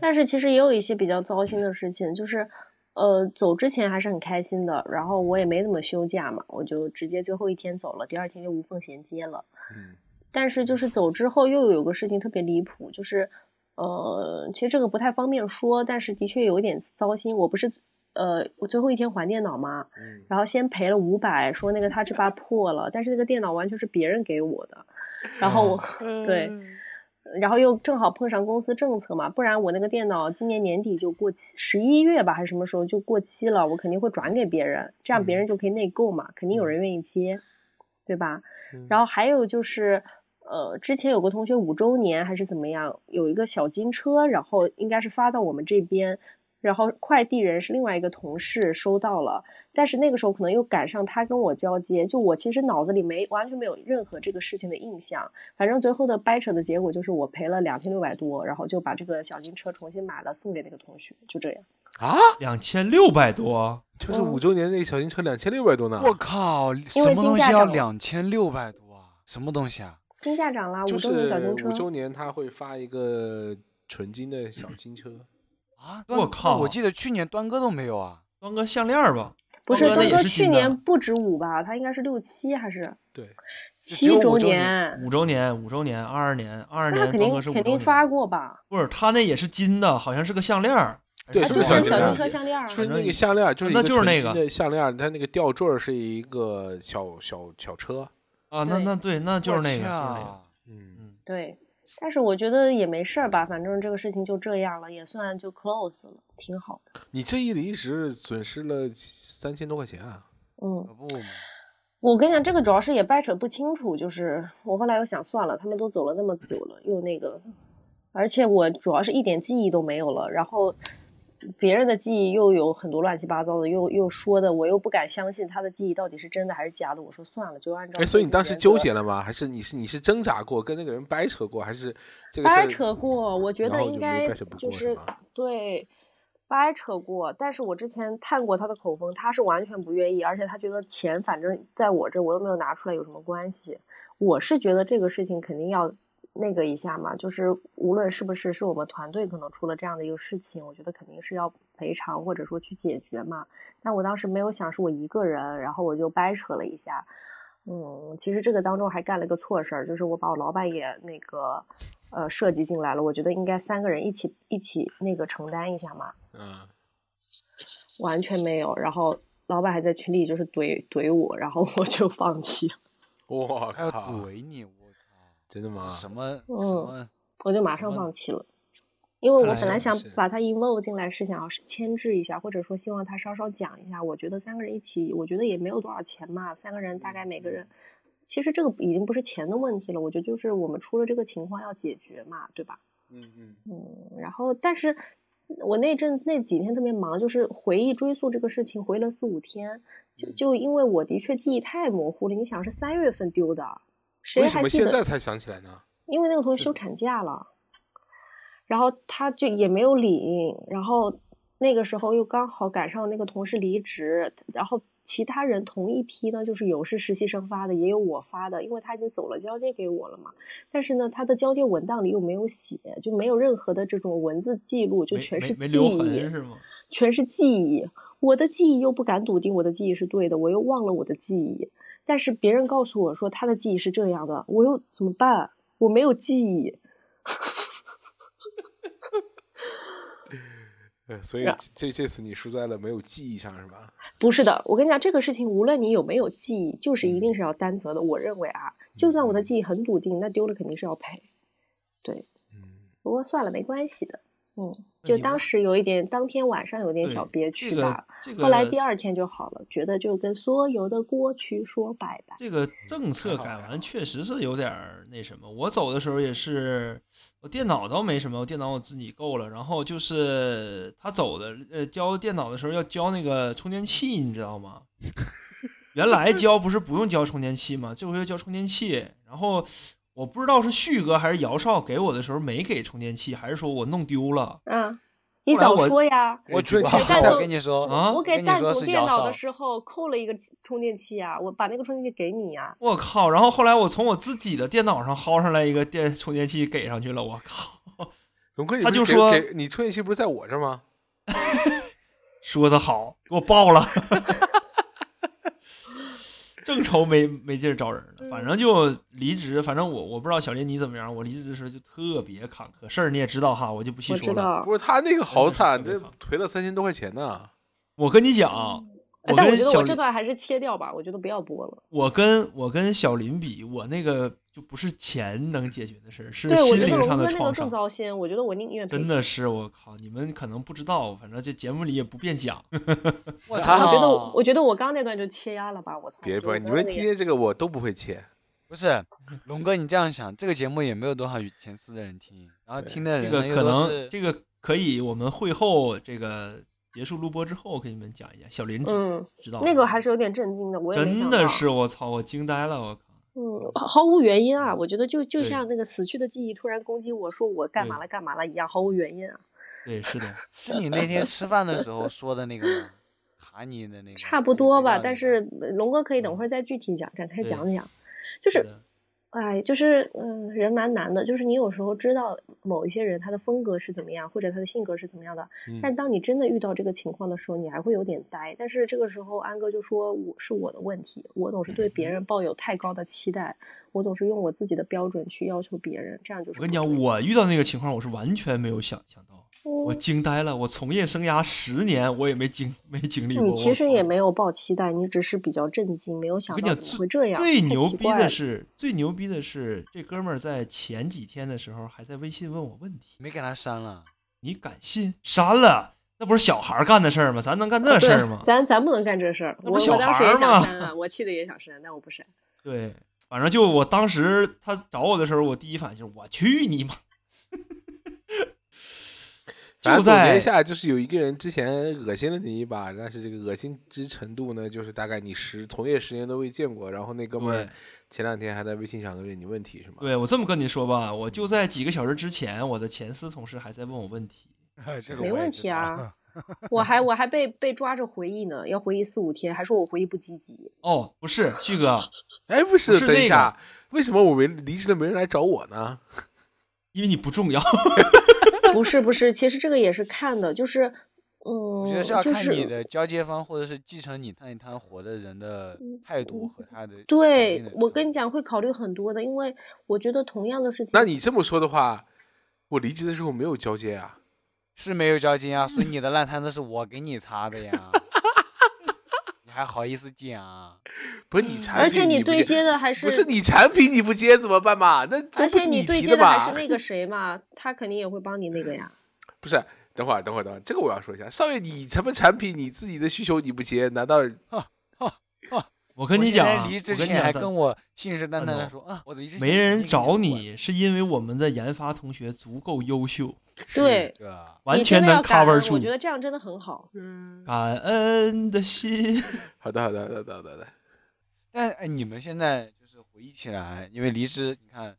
[SPEAKER 3] 但是其实也有一些比较糟心的事情，就是，呃，走之前还是很开心的，然后我也没怎么休假嘛，我就直接最后一天走了，第二天就无缝衔接了。
[SPEAKER 1] 嗯，
[SPEAKER 3] 但是就是走之后又有个事情特别离谱，就是，呃，其实这个不太方便说，但是的确有一点糟心。我不是，呃，我最后一天还电脑嘛，
[SPEAKER 1] 嗯
[SPEAKER 3] 然后先赔了五百，说那个 Touch Bar 破了，但是那个电脑完全是别人给我的，然后我、
[SPEAKER 1] 啊
[SPEAKER 3] 对。然后又正好碰上公司政策嘛，不然我那个电脑今年年底就过期，十一月吧还是什么时候就过期了，我肯定会转给别人，这样别人就可以内购嘛，肯定有人愿意接，对吧？
[SPEAKER 2] 嗯
[SPEAKER 3] 然后还有就是，呃，之前有个同学五周年还是怎么样，有一个小金车，然后应该是发到我们这边，然后快递人是另外一个同事收到了，但是那个时候可能又赶上他跟我交接，就我其实脑子里没完全没有任何这个事情的印象，反正最后的掰扯的结果就是我赔了两千六百多，然后就把这个小金车重新买了送给那个同学，就这样。
[SPEAKER 1] 啊，
[SPEAKER 2] 两千六百多，
[SPEAKER 1] 就是
[SPEAKER 3] 嗯
[SPEAKER 2] 啊
[SPEAKER 1] 五周年那个小金车两千六百多呢。
[SPEAKER 4] 我靠，
[SPEAKER 3] 因
[SPEAKER 4] 什
[SPEAKER 3] 为
[SPEAKER 4] 么
[SPEAKER 3] 金
[SPEAKER 4] 东西
[SPEAKER 3] 价
[SPEAKER 4] 要
[SPEAKER 3] 涨了
[SPEAKER 4] 两千六百多啊？什么东西啊？
[SPEAKER 3] 金价涨啦，
[SPEAKER 1] 就
[SPEAKER 3] 五
[SPEAKER 1] 是
[SPEAKER 3] 周年小金车
[SPEAKER 1] 五，周年他会发一个纯金的小金车，
[SPEAKER 4] 啊，
[SPEAKER 2] 我
[SPEAKER 4] 端那
[SPEAKER 2] 靠
[SPEAKER 4] 我记得去年端哥都没有啊。
[SPEAKER 2] 端个项链儿吧，
[SPEAKER 3] 不
[SPEAKER 2] 端
[SPEAKER 3] 端
[SPEAKER 2] 哥那
[SPEAKER 3] 哥
[SPEAKER 2] 也是
[SPEAKER 3] 去
[SPEAKER 2] 新的
[SPEAKER 3] 年不止五吧，他应该是六七还是
[SPEAKER 1] 对，
[SPEAKER 4] 只
[SPEAKER 3] 七
[SPEAKER 4] 有五周年
[SPEAKER 3] 年？
[SPEAKER 2] 五周年，五周年，二二年，二二
[SPEAKER 3] 那
[SPEAKER 2] 年
[SPEAKER 3] 肯
[SPEAKER 2] 端哥
[SPEAKER 3] 定
[SPEAKER 2] 是五
[SPEAKER 3] 肯
[SPEAKER 2] 周
[SPEAKER 3] 定
[SPEAKER 2] 年
[SPEAKER 3] 发过吧？
[SPEAKER 2] 不是他那也是金的，好像是个项链儿，
[SPEAKER 1] 对
[SPEAKER 3] 啊，
[SPEAKER 1] 是
[SPEAKER 2] 还
[SPEAKER 3] 就
[SPEAKER 1] 不
[SPEAKER 2] 个
[SPEAKER 1] 是小
[SPEAKER 3] 是小
[SPEAKER 1] 金
[SPEAKER 3] 金
[SPEAKER 1] 车
[SPEAKER 3] 车项链儿，
[SPEAKER 1] 就是
[SPEAKER 2] 反
[SPEAKER 1] 那
[SPEAKER 2] 正
[SPEAKER 1] 个项链，就是一
[SPEAKER 2] 那
[SPEAKER 1] 个
[SPEAKER 2] 就是
[SPEAKER 1] 纯
[SPEAKER 2] 那
[SPEAKER 1] 金
[SPEAKER 2] 个
[SPEAKER 1] 的项链，它那个吊坠儿是一个小小小车，
[SPEAKER 2] 啊，那
[SPEAKER 3] 对
[SPEAKER 2] 那对，那就是
[SPEAKER 4] 我
[SPEAKER 2] 那个，就是
[SPEAKER 4] 去
[SPEAKER 2] 那个，
[SPEAKER 4] 啊
[SPEAKER 1] 嗯，
[SPEAKER 2] 嗯，
[SPEAKER 3] 对。但是我觉得也没事儿吧，反正这个事情就这样了，也算就 close 了，挺好的。你
[SPEAKER 1] 你这一离职损失了三千多块钱啊，
[SPEAKER 3] 嗯，
[SPEAKER 4] 可不嘛，
[SPEAKER 3] 我跟你讲，这个主要是也掰扯不清楚，就是我后来又想算了，他们都走了那么久了，又那个，而且我主要是一点记忆都没有了，然后别人的记忆又有很多乱七八糟的，又又说的，我又不敢相信他的记忆到底是真的还是假的，我说算了，就按照。
[SPEAKER 1] 哎，所以你当时纠结。了吗？还是你是你是挣扎过，跟那个人掰扯过，还是这个事儿
[SPEAKER 3] 掰扯过，我觉
[SPEAKER 1] 然
[SPEAKER 3] 得
[SPEAKER 1] 后
[SPEAKER 3] 应
[SPEAKER 1] 就没
[SPEAKER 3] 该
[SPEAKER 1] 掰扯不
[SPEAKER 3] 就
[SPEAKER 1] 过
[SPEAKER 3] 是
[SPEAKER 1] 吗
[SPEAKER 3] 对掰扯过，但是我之前探过他的口风，他是完全不愿意，而且他觉得钱反正在我这，我又没有拿出来，有什么关系？我是觉得这个事情肯定要那个一下嘛，就是无论是不是是我们团队可能出了这样的一个事情，我觉得肯定是要赔偿或者说去解决嘛。但我当时没有想是我一个人，然后我就掰扯了一下。嗯，其实这个当中还干了一个错事儿，就是我把我老板也那个呃设计进来了，我觉得应该三个人一起一起那个承担一下嘛，
[SPEAKER 1] 嗯，
[SPEAKER 3] 完全没有。然后老板还在群里就是怼怼我，然后我就放弃了，
[SPEAKER 1] 我
[SPEAKER 4] 还要
[SPEAKER 2] 哎
[SPEAKER 1] 靠，
[SPEAKER 4] 怼你，我操！
[SPEAKER 1] 真的吗？
[SPEAKER 4] 什么什
[SPEAKER 3] 嗯
[SPEAKER 4] 么？
[SPEAKER 3] 我就马上
[SPEAKER 4] 什么
[SPEAKER 3] 放弃了。因为我
[SPEAKER 1] 看来
[SPEAKER 3] 本来
[SPEAKER 1] 是
[SPEAKER 3] 想
[SPEAKER 1] 是
[SPEAKER 3] 把他 involve 进来，是想要牵制一下，或者说希望他稍稍讲一下。我觉得三个人一起，我觉得也没有多少钱嘛，三个人大概每个
[SPEAKER 1] 嗯
[SPEAKER 3] 人，其实这个已经不是钱的问题了，我觉得就是我们出了这个情况要解决嘛，对吧？
[SPEAKER 1] 嗯嗯，
[SPEAKER 3] 嗯，然后但是我那阵那几天特别忙，就是回忆追溯这个事情，回了四五天，就
[SPEAKER 1] 嗯
[SPEAKER 3] 就因为我的确记忆太模糊了。你想是三月份丢的，谁
[SPEAKER 1] 为
[SPEAKER 3] 还
[SPEAKER 1] 什么
[SPEAKER 3] 记
[SPEAKER 1] 现
[SPEAKER 3] 得
[SPEAKER 1] 在才想起来呢？
[SPEAKER 3] 因为那个同学休产假了，然后他就也没有领，然后那个时候又刚好赶上那个同事离职，然后其他人同一批呢，就是有是实习生发的，也有我发的，因为他已经走了交接给我了嘛。但是呢，他的交接文档里又没有写，就没有任何的这种文字记录，就
[SPEAKER 2] 没
[SPEAKER 1] 啊
[SPEAKER 3] 全
[SPEAKER 2] 没
[SPEAKER 3] 是
[SPEAKER 2] 没
[SPEAKER 3] 记
[SPEAKER 2] 留痕
[SPEAKER 3] 忆，
[SPEAKER 2] 是吗？
[SPEAKER 3] 全是记忆。我的记忆又不敢笃定我的记忆是对的，我又忘了我的记忆。但是别人告诉我说他的记忆是这样的，我又怎么办？我没有记忆。
[SPEAKER 1] 呃所以
[SPEAKER 3] 然
[SPEAKER 1] 这这次你输在了没有记忆上是吧？
[SPEAKER 3] 不是的，我跟你讲，这个事情无论你有没有记忆，就是一定是要担责的。我认为啊，就算我的记忆很笃定，那丢了肯定是要赔。对，
[SPEAKER 1] 嗯，
[SPEAKER 3] 不过算了，没关系的。嗯，
[SPEAKER 2] 那
[SPEAKER 3] 就
[SPEAKER 2] 你
[SPEAKER 3] 当
[SPEAKER 2] 们
[SPEAKER 3] 时有一点，当天晚上有点
[SPEAKER 2] 对
[SPEAKER 3] 小憋
[SPEAKER 2] 这
[SPEAKER 3] 屈
[SPEAKER 2] 个呃
[SPEAKER 3] 吧。
[SPEAKER 2] 这个，
[SPEAKER 3] 后来第二天就好了，觉得就跟所有的过去说拜拜。
[SPEAKER 2] 这个政策
[SPEAKER 4] 好
[SPEAKER 2] 改
[SPEAKER 4] 还好
[SPEAKER 2] 完确实是有点儿那什么。我走的时候也是，我电脑倒没什么，我电脑我自己够了。然后就是他走的，呃，交电脑的时候要交那个充电器，你知道吗？原来交不是不用交充电器吗？这回要交充电器。然后我不知道是旭哥还是姚少给我的时候没给充电器，还是说我弄丢了。
[SPEAKER 3] 嗯，你
[SPEAKER 2] 后来
[SPEAKER 3] 早
[SPEAKER 2] 我
[SPEAKER 3] 说呀！
[SPEAKER 1] 我觉得
[SPEAKER 3] 这
[SPEAKER 1] 哎这
[SPEAKER 3] 个
[SPEAKER 1] 个
[SPEAKER 3] 蛋
[SPEAKER 4] 我
[SPEAKER 3] 总
[SPEAKER 4] 跟你说
[SPEAKER 2] 啊
[SPEAKER 3] 我给
[SPEAKER 4] 跟你
[SPEAKER 3] 蛋
[SPEAKER 4] 说
[SPEAKER 3] 总
[SPEAKER 4] 是
[SPEAKER 3] 电
[SPEAKER 4] 姚
[SPEAKER 3] 脑
[SPEAKER 4] 少
[SPEAKER 3] 的时候扣了一个充电器啊，我把那个充电器给你啊。
[SPEAKER 2] 我靠！然后后来我从我自己的电脑上薅上来一个电充电器给上去了，我靠！
[SPEAKER 1] 龙哥，你
[SPEAKER 2] 他
[SPEAKER 1] 不
[SPEAKER 2] 就是说
[SPEAKER 1] 给给你充电器不是在我这儿吗？
[SPEAKER 2] 说的好，给我爆了。 正愁没没地儿招人呢，反
[SPEAKER 3] 嗯
[SPEAKER 2] 正就离职，反正我我不知道小林你怎么样，我离职的时候就特别坎坷，事儿你也知道哈，我就不细
[SPEAKER 3] 我
[SPEAKER 2] 说
[SPEAKER 3] 知
[SPEAKER 2] 了。
[SPEAKER 3] 道，
[SPEAKER 1] 不是他那个好惨，
[SPEAKER 2] 真的
[SPEAKER 1] 这
[SPEAKER 2] 是特别
[SPEAKER 1] 赔了三千多块钱呢。
[SPEAKER 2] 我跟你讲，
[SPEAKER 3] 哎
[SPEAKER 2] 我
[SPEAKER 3] 但我
[SPEAKER 2] 跟
[SPEAKER 3] 觉得
[SPEAKER 2] 小
[SPEAKER 3] 我这
[SPEAKER 2] 林，
[SPEAKER 3] 段还是切掉吧，我觉得不要播了。
[SPEAKER 2] 我跟我跟小林比，我那个就不是钱能解决的事儿，是
[SPEAKER 3] 对，我
[SPEAKER 2] 心
[SPEAKER 3] 觉得
[SPEAKER 2] 灵
[SPEAKER 3] 龙
[SPEAKER 2] 上
[SPEAKER 3] 哥
[SPEAKER 2] 的
[SPEAKER 3] 那个
[SPEAKER 2] 创
[SPEAKER 3] 更
[SPEAKER 2] 伤。
[SPEAKER 3] 糟心，我觉得我宁愿赔
[SPEAKER 2] 真
[SPEAKER 3] 钱
[SPEAKER 2] 的是我靠，你们可能不知道，反正这节目里也不便讲。
[SPEAKER 4] 我
[SPEAKER 3] 我觉得
[SPEAKER 4] 操
[SPEAKER 3] 我！我觉得我刚刚那段就切压了吧，我操！
[SPEAKER 1] 啊别
[SPEAKER 3] 我觉得
[SPEAKER 1] 别，你们听见这个我都不会切。
[SPEAKER 4] 不是，龙哥，你这样想，这个节目也没有多少与前四的人听，然后
[SPEAKER 1] 对
[SPEAKER 4] 听的
[SPEAKER 2] 这
[SPEAKER 4] 人
[SPEAKER 2] 个
[SPEAKER 4] 呢又
[SPEAKER 2] 可
[SPEAKER 4] 都
[SPEAKER 2] 能
[SPEAKER 4] 是
[SPEAKER 2] 这个可以，我们会后这个结束录播之后给你们讲一讲。小林知
[SPEAKER 3] 嗯
[SPEAKER 2] 知道
[SPEAKER 3] 那
[SPEAKER 2] 吗
[SPEAKER 3] 个还是有点震惊的，我也没想
[SPEAKER 2] 真
[SPEAKER 3] 到
[SPEAKER 2] 的是我操，我惊呆了，我靠！
[SPEAKER 3] 嗯，毫无原因啊！我觉得就就
[SPEAKER 2] 对
[SPEAKER 3] 像那个死去的记忆突然攻击我说我干嘛
[SPEAKER 2] 对嗯
[SPEAKER 3] 了干嘛了一样，毫无原因啊，
[SPEAKER 2] 对，是 的，
[SPEAKER 4] 是你那天吃饭的时候说的那个吗卡你的那个，
[SPEAKER 3] 差
[SPEAKER 4] 卡
[SPEAKER 3] 不
[SPEAKER 4] 你
[SPEAKER 3] 多
[SPEAKER 4] 肥
[SPEAKER 3] 吧。
[SPEAKER 4] 皂
[SPEAKER 3] 但
[SPEAKER 4] 那个
[SPEAKER 3] 是呃龙哥可以等会儿再具体讲，展开
[SPEAKER 2] 嗯对
[SPEAKER 3] 讲讲，就是
[SPEAKER 2] 的
[SPEAKER 3] 哎，就是嗯，人蛮难的。就是你有时候知道某一些人他的风格是怎么样，或者他的性格是怎么样的，但
[SPEAKER 1] 嗯
[SPEAKER 3] 当你真的遇到这个情况的时候，你还会有点呆。但是这个时候，安哥就说我是我的问题，我总是对别人抱有太高的期待，我总是用我自己的标准去要求别人，这样就是
[SPEAKER 2] 我跟你
[SPEAKER 3] 不
[SPEAKER 2] 讲，
[SPEAKER 3] 对
[SPEAKER 2] 我遇到那个情况，我是完全没有想想到，我
[SPEAKER 3] 嗯
[SPEAKER 2] 惊呆了。我从业生涯十年，我也没经没经历过。
[SPEAKER 3] 你嗯其
[SPEAKER 2] 我
[SPEAKER 3] 实也没有抱期待，你只是比较震惊，没有
[SPEAKER 2] 我
[SPEAKER 3] 想
[SPEAKER 2] 跟你
[SPEAKER 3] 到
[SPEAKER 2] 讲，
[SPEAKER 3] 怎
[SPEAKER 2] 最
[SPEAKER 3] 么会这样，
[SPEAKER 2] 最
[SPEAKER 3] 太
[SPEAKER 2] 牛
[SPEAKER 3] 奇
[SPEAKER 2] 逼
[SPEAKER 3] 怪
[SPEAKER 2] 的
[SPEAKER 3] 了
[SPEAKER 2] 是，最牛逼的是，这哥们儿在前几天的时候还在微信问我问题，
[SPEAKER 4] 没给他删 了。
[SPEAKER 2] 你敢信？删了，那不是小孩儿干的事儿吗？咱能干这
[SPEAKER 3] 啊对
[SPEAKER 2] 事儿吗？
[SPEAKER 3] 咱咱不能干这事儿。
[SPEAKER 2] 那
[SPEAKER 3] 我
[SPEAKER 2] 不是小
[SPEAKER 3] 我当时
[SPEAKER 2] 孩
[SPEAKER 3] 也
[SPEAKER 2] 儿
[SPEAKER 3] 想
[SPEAKER 2] 吗
[SPEAKER 3] 删啊，我气的也想删，但我不删。
[SPEAKER 2] 对，反正就我当时他找我的时候，我第一反应就是我去你妈！
[SPEAKER 1] 反
[SPEAKER 2] 就
[SPEAKER 1] 正总结
[SPEAKER 2] 在
[SPEAKER 1] 一下，就是有一个人之前恶心了你一把，但是这个恶心之程度呢，就是大概你十从业十年都未见过。然后那哥们
[SPEAKER 2] 对
[SPEAKER 1] 儿前两天还在微信上问你问题是吗？
[SPEAKER 2] 对我这么跟你说吧，我就在几个小时之前，我的前司同事还在问我问题。
[SPEAKER 4] 这
[SPEAKER 1] 哎个
[SPEAKER 3] 没
[SPEAKER 1] 我也
[SPEAKER 3] 问
[SPEAKER 1] 知
[SPEAKER 3] 题啊， 我还我还被被抓着回忆呢，要回忆四五天，还说我回忆不积 极。
[SPEAKER 2] 哦，不是，旭哥，
[SPEAKER 1] 哎，不是，
[SPEAKER 2] 是
[SPEAKER 1] 等
[SPEAKER 2] 那
[SPEAKER 1] 一
[SPEAKER 2] 个
[SPEAKER 1] 下，为什么我没离职了没人来找我呢？
[SPEAKER 2] 因为你不重要。
[SPEAKER 3] 不是不是，其实这个也是看的，就是嗯
[SPEAKER 4] 我觉得是要，
[SPEAKER 3] 就
[SPEAKER 4] 看你
[SPEAKER 3] 是。
[SPEAKER 4] 的交接方或者是继承你那一摊活的人的
[SPEAKER 3] 嗯
[SPEAKER 4] 态度
[SPEAKER 3] 嗯
[SPEAKER 4] 和他的。
[SPEAKER 3] 对，我跟你讲，，会考虑很多的，因为我觉得同样的事情，
[SPEAKER 1] 那你这么说的话，我离职的时候没有交接啊。
[SPEAKER 4] 是没有交接啊，所以你的烂摊子是我给你擦的呀， 你还好意思讲啊？
[SPEAKER 1] 不是你产品，
[SPEAKER 3] 嗯而且
[SPEAKER 1] 你不
[SPEAKER 3] 对接的还
[SPEAKER 1] 不是你产品你不接怎么办嘛？那
[SPEAKER 3] 而
[SPEAKER 1] 这不
[SPEAKER 3] 且
[SPEAKER 1] 是你
[SPEAKER 3] 对
[SPEAKER 1] 提
[SPEAKER 3] 接的还
[SPEAKER 1] 吧？
[SPEAKER 3] 是那个谁嘛，他肯定也会帮你那个呀。
[SPEAKER 1] 不是，等会儿，等会儿，等会儿，这个我要说一下。少爷，你什么产品你自己的需求你不接，难道
[SPEAKER 2] 我跟
[SPEAKER 4] 我
[SPEAKER 2] 你
[SPEAKER 4] 现
[SPEAKER 2] 讲
[SPEAKER 4] 在
[SPEAKER 2] 啊，
[SPEAKER 4] 离
[SPEAKER 2] 我跟
[SPEAKER 4] 职
[SPEAKER 2] 你
[SPEAKER 4] 前
[SPEAKER 2] 讲
[SPEAKER 4] 还
[SPEAKER 2] 的
[SPEAKER 4] 跟我信誓旦旦
[SPEAKER 2] 啊
[SPEAKER 4] 的
[SPEAKER 2] ，no
[SPEAKER 4] 说啊，我的离职
[SPEAKER 2] 没人找，你，是因为我们的研发同学足够优秀，
[SPEAKER 3] 对
[SPEAKER 4] 哥，
[SPEAKER 2] 完
[SPEAKER 3] 你真
[SPEAKER 2] 全
[SPEAKER 3] 的
[SPEAKER 2] 能
[SPEAKER 3] 要感
[SPEAKER 2] cover
[SPEAKER 3] 恩，
[SPEAKER 2] 住
[SPEAKER 3] 我觉得这样真的很好。
[SPEAKER 2] 感恩的心。
[SPEAKER 1] 好的，好的，好的，好的，好的好的。
[SPEAKER 4] 但哎，你们现在就是回忆起来，因为离职，你看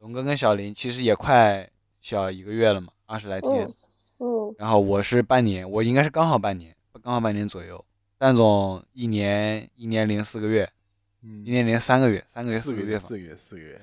[SPEAKER 4] 龙哥跟小林其实也快小一个月了嘛，二十来天。
[SPEAKER 3] 嗯嗯，
[SPEAKER 4] 然后我是半年，我应该是刚好半年，刚好半年左右。蛋总一年一年零四个月，一
[SPEAKER 1] 嗯，
[SPEAKER 4] 年零三个月，三个月
[SPEAKER 1] 四
[SPEAKER 4] 个
[SPEAKER 1] 月，
[SPEAKER 4] 月吧。
[SPEAKER 1] 四月，四月。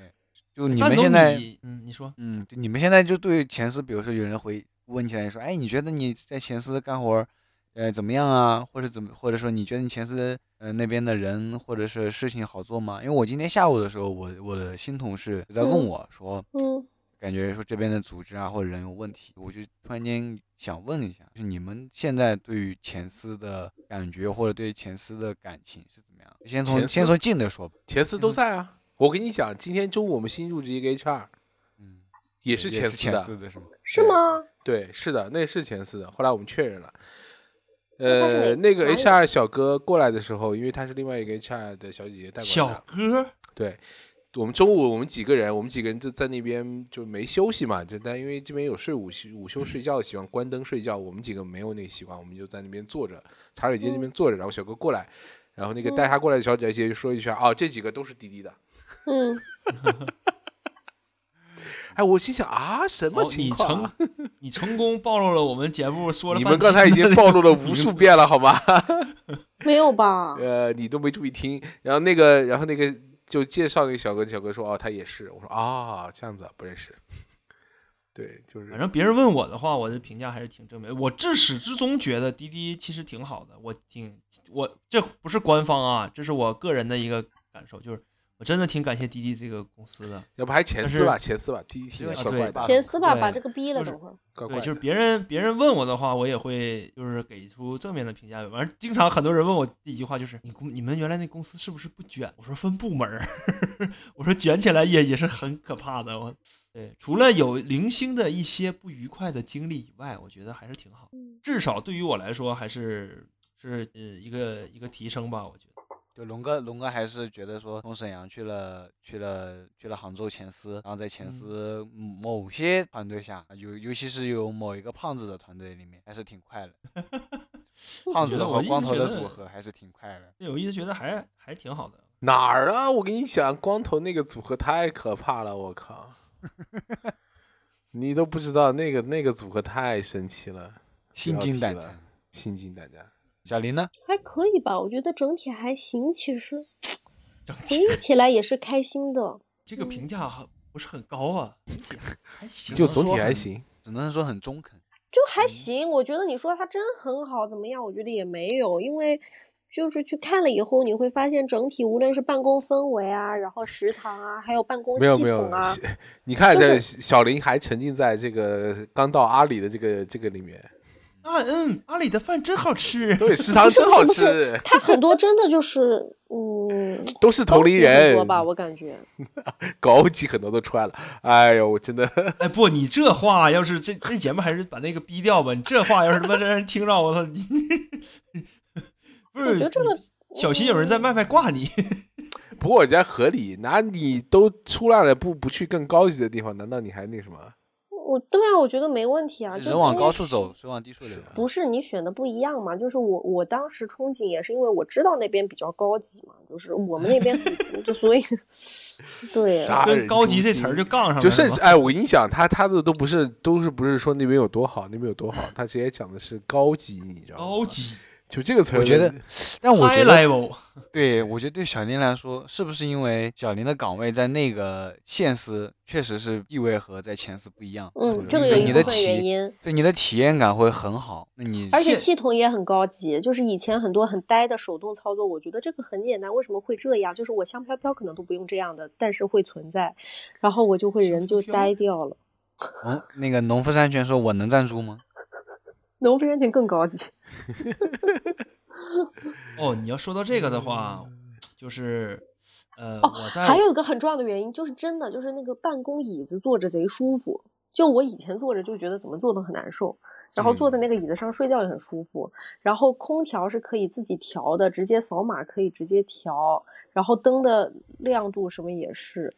[SPEAKER 4] 就你
[SPEAKER 2] 但
[SPEAKER 4] 们
[SPEAKER 2] 总
[SPEAKER 4] 现在，
[SPEAKER 2] 比，嗯，你说，
[SPEAKER 4] 嗯，就你们现在就对前司，比如说有人回问起来说，哎，你觉得你在前司干活儿，呃，怎么样啊？或者怎么，或者说你觉得你前司呃那边的人或者是事情好做吗？因为我今天下午的时候，我我的新同事在问
[SPEAKER 3] 嗯
[SPEAKER 4] 我说，
[SPEAKER 3] 嗯，
[SPEAKER 4] 感觉说这边的组织啊或者人有问题，我就突然间想问一下，就是你们现在对于前司的感觉或者对前司的感情是怎么样？先从
[SPEAKER 1] 前
[SPEAKER 4] 先
[SPEAKER 1] 司
[SPEAKER 4] 从近的说吧。
[SPEAKER 1] 前司都在啊。我跟你讲，今天中午我们新入职一个 HR，
[SPEAKER 4] 嗯，
[SPEAKER 1] 也
[SPEAKER 4] 也
[SPEAKER 1] 是
[SPEAKER 4] 前
[SPEAKER 1] 前司的。
[SPEAKER 4] 的是吗？
[SPEAKER 3] 是
[SPEAKER 1] 对
[SPEAKER 3] 吗？
[SPEAKER 1] 对，是的，那是前司的。后来我们确认了。
[SPEAKER 3] 那他是
[SPEAKER 1] 呃，
[SPEAKER 3] 哪
[SPEAKER 1] 那个
[SPEAKER 3] 哪里
[SPEAKER 1] HR 小哥过来的时候，因为他是另外一个 HR 的小姐姐带过来
[SPEAKER 2] 小
[SPEAKER 1] 的。
[SPEAKER 2] 哥，
[SPEAKER 1] 对，我们中午我们几个人，我们几个人就在那边就没休息嘛，就但因为这边有睡午休午休睡觉的习惯，关灯睡觉，我们几个没有那个习惯，我们就在那边坐着，茶水间那边坐着，然后小哥过来，然后那个带他过来的小姐姐就说一句啊，哦，这几个都是滴滴的。
[SPEAKER 3] 嗯，
[SPEAKER 1] 哎，我心想啊，什么
[SPEAKER 2] 哦
[SPEAKER 1] 情
[SPEAKER 2] 你
[SPEAKER 1] 况啊、
[SPEAKER 2] 成， 你成功暴露了我们节目说了
[SPEAKER 1] 你
[SPEAKER 2] 半
[SPEAKER 1] 们刚才已
[SPEAKER 2] 天
[SPEAKER 1] 经
[SPEAKER 2] 的那
[SPEAKER 1] 暴
[SPEAKER 2] 个
[SPEAKER 1] 露了
[SPEAKER 2] 名
[SPEAKER 1] 无数
[SPEAKER 2] 字，
[SPEAKER 1] 遍了，好吗？
[SPEAKER 3] 没有吧？
[SPEAKER 1] 呃，你都没注意听。然后那个，然后那个就介绍那个小哥，小哥说哦，他也是。我说啊、这样子啊不认识。 对，就是
[SPEAKER 2] 反正别人问我的话，我的评价还是挺正面。我至始至终觉得滴滴其实挺好的，我挺我这不是官方啊，这是我个人的一个感受，就是我真的挺感谢滴滴这个公司的。
[SPEAKER 1] 要不还前
[SPEAKER 2] 但
[SPEAKER 1] 四
[SPEAKER 2] 是
[SPEAKER 1] 吧，前四吧，第一题啊
[SPEAKER 4] 只有
[SPEAKER 1] 怪
[SPEAKER 4] 小
[SPEAKER 1] 怪
[SPEAKER 4] 嘴巴
[SPEAKER 1] 的，
[SPEAKER 3] 前司吧，
[SPEAKER 2] 对
[SPEAKER 3] 把这个逼了，
[SPEAKER 2] 就是
[SPEAKER 3] 等会儿。
[SPEAKER 1] 怪怪
[SPEAKER 2] 对，
[SPEAKER 1] 的。
[SPEAKER 2] 就是别人别人问我的话，我也会就是给出正面的评价。反正经常很多人问我第一句话就是你公你们原来那公司是不是不卷？我说分部门儿， 我说卷起来也也是很可怕的。我对，除了有零星的一些不愉快的经历以外，我觉得还是挺好。至少对于我来说，还是是呃一个一个提升吧。我觉得
[SPEAKER 4] 就龙哥，龙哥还是觉得说，从沈阳去了去了去了杭州前司，然后在前
[SPEAKER 2] 嗯
[SPEAKER 4] 司某些团队下，尤尤其是有某一个胖子的团队里面，还是挺 快乐。胖
[SPEAKER 2] 觉
[SPEAKER 4] 子
[SPEAKER 2] 得
[SPEAKER 4] 的
[SPEAKER 2] 我
[SPEAKER 4] 和
[SPEAKER 2] 一
[SPEAKER 4] 光
[SPEAKER 2] 直
[SPEAKER 4] 头
[SPEAKER 2] 觉
[SPEAKER 4] 的
[SPEAKER 2] 得
[SPEAKER 4] 组合还是挺快乐。
[SPEAKER 2] 对我一直觉得还还挺好的。
[SPEAKER 1] 哪儿啊？我跟你讲，光头那个组合太可怕了，我靠！你都不知道那个那个组合太神奇了，
[SPEAKER 4] 心惊胆
[SPEAKER 1] 提了
[SPEAKER 4] 战。
[SPEAKER 1] 心惊胆战。
[SPEAKER 4] 小林呢？
[SPEAKER 3] 还可以吧，我觉得整体还行，其实
[SPEAKER 2] 整
[SPEAKER 3] 回忆起来也是开心的。
[SPEAKER 2] 这个评价还不是很高啊，也还行啊
[SPEAKER 4] 只
[SPEAKER 1] 就
[SPEAKER 4] 能
[SPEAKER 1] 总
[SPEAKER 4] 说
[SPEAKER 1] 体还
[SPEAKER 4] 很
[SPEAKER 1] 行。
[SPEAKER 4] 只能说很中肯。
[SPEAKER 3] 就
[SPEAKER 1] 嗯
[SPEAKER 3] 还行。我觉得你说它真很好，怎么样？我觉得也没有，因为就是去看了以后，你会发现整体无论是办公氛围啊，然后食堂啊，还有办公
[SPEAKER 1] 没有
[SPEAKER 3] 系
[SPEAKER 1] 没有
[SPEAKER 3] 统啊，，
[SPEAKER 1] 你看
[SPEAKER 3] 就
[SPEAKER 1] 这
[SPEAKER 3] 是
[SPEAKER 1] 小林还沉浸在这个刚到阿里的这个这个里面，
[SPEAKER 2] 啊嗯，阿里的饭真好 吃。
[SPEAKER 1] 对，食堂
[SPEAKER 3] 不是
[SPEAKER 1] 真好
[SPEAKER 3] 不是不
[SPEAKER 1] 吃
[SPEAKER 3] 是， 它很多真的就是嗯，
[SPEAKER 1] 都是同
[SPEAKER 3] 高
[SPEAKER 1] 龄
[SPEAKER 3] 级很
[SPEAKER 1] 人
[SPEAKER 3] 多，吧，我感觉。
[SPEAKER 1] 高级很多都穿了。哎呦，我真的
[SPEAKER 2] 哎不，你这话要是这这节目还是把那个逼掉吧。你这话要是他妈让人听着，我操你！不是，
[SPEAKER 3] 我觉得这个嗯
[SPEAKER 2] 你小心有人在外面挂你。
[SPEAKER 1] 不过我觉得合理。那你都出来了，不不去更高级的地方，难道你还那什么？
[SPEAKER 3] 我对啊，我觉得没问题啊。就
[SPEAKER 4] 人往
[SPEAKER 3] 因为
[SPEAKER 4] 高处
[SPEAKER 3] 是
[SPEAKER 4] 走，水往低处流。
[SPEAKER 3] 不是你选的不一样嘛？就是我我当时憧憬也是因为我知道那边比较高级嘛，就是我们那边很就所以对啊
[SPEAKER 1] 啥
[SPEAKER 2] 跟高级这词儿就杠上了，
[SPEAKER 1] 就是甚
[SPEAKER 2] 吗
[SPEAKER 1] 至哎，我跟你讲，他他的都不是都是不是说那边有多好，那边有多好，他直接讲的是高级，你知道吗？
[SPEAKER 2] 高，级
[SPEAKER 1] 就这个词儿，
[SPEAKER 4] 我觉得，但我
[SPEAKER 2] ，high
[SPEAKER 4] 觉得，
[SPEAKER 2] level，
[SPEAKER 4] 对我觉得对小林来说，是不是因为小林的岗位在那个县司确实是地位和在前司不一样？
[SPEAKER 3] 嗯，这个
[SPEAKER 4] 你
[SPEAKER 3] 有
[SPEAKER 4] 的
[SPEAKER 3] 一
[SPEAKER 4] 你
[SPEAKER 3] 部
[SPEAKER 4] 的
[SPEAKER 3] 分原
[SPEAKER 4] 体
[SPEAKER 3] 因，
[SPEAKER 4] 对你的体验感会很好。那你
[SPEAKER 3] 而且
[SPEAKER 2] 现
[SPEAKER 3] 系统也很高级，就是以前很多很呆的手动操作，我觉得这个很简单，为什么会这样？就是我香飘飘可能都不用这样的，但是会存在，然后我就会
[SPEAKER 2] 香
[SPEAKER 3] 人
[SPEAKER 2] 飘
[SPEAKER 3] 就
[SPEAKER 2] 飘
[SPEAKER 3] 呆掉了。
[SPEAKER 4] 农那个农夫山泉说：“我能站住吗
[SPEAKER 3] 农夫山泉更高级，
[SPEAKER 2] 哦，你要说到这个的话，就是，呃，
[SPEAKER 3] 哦
[SPEAKER 2] 我在
[SPEAKER 3] 还有一个很重要的原因，就是真的就是那个办公椅子坐着贼舒服。就我以前坐着就觉得怎么坐都很难受，然后
[SPEAKER 1] 嗯
[SPEAKER 3] 坐在那个椅子上睡觉也很舒服，然后空调是可以自己调的，直接扫码可以直接调，然后灯的亮度什么也是，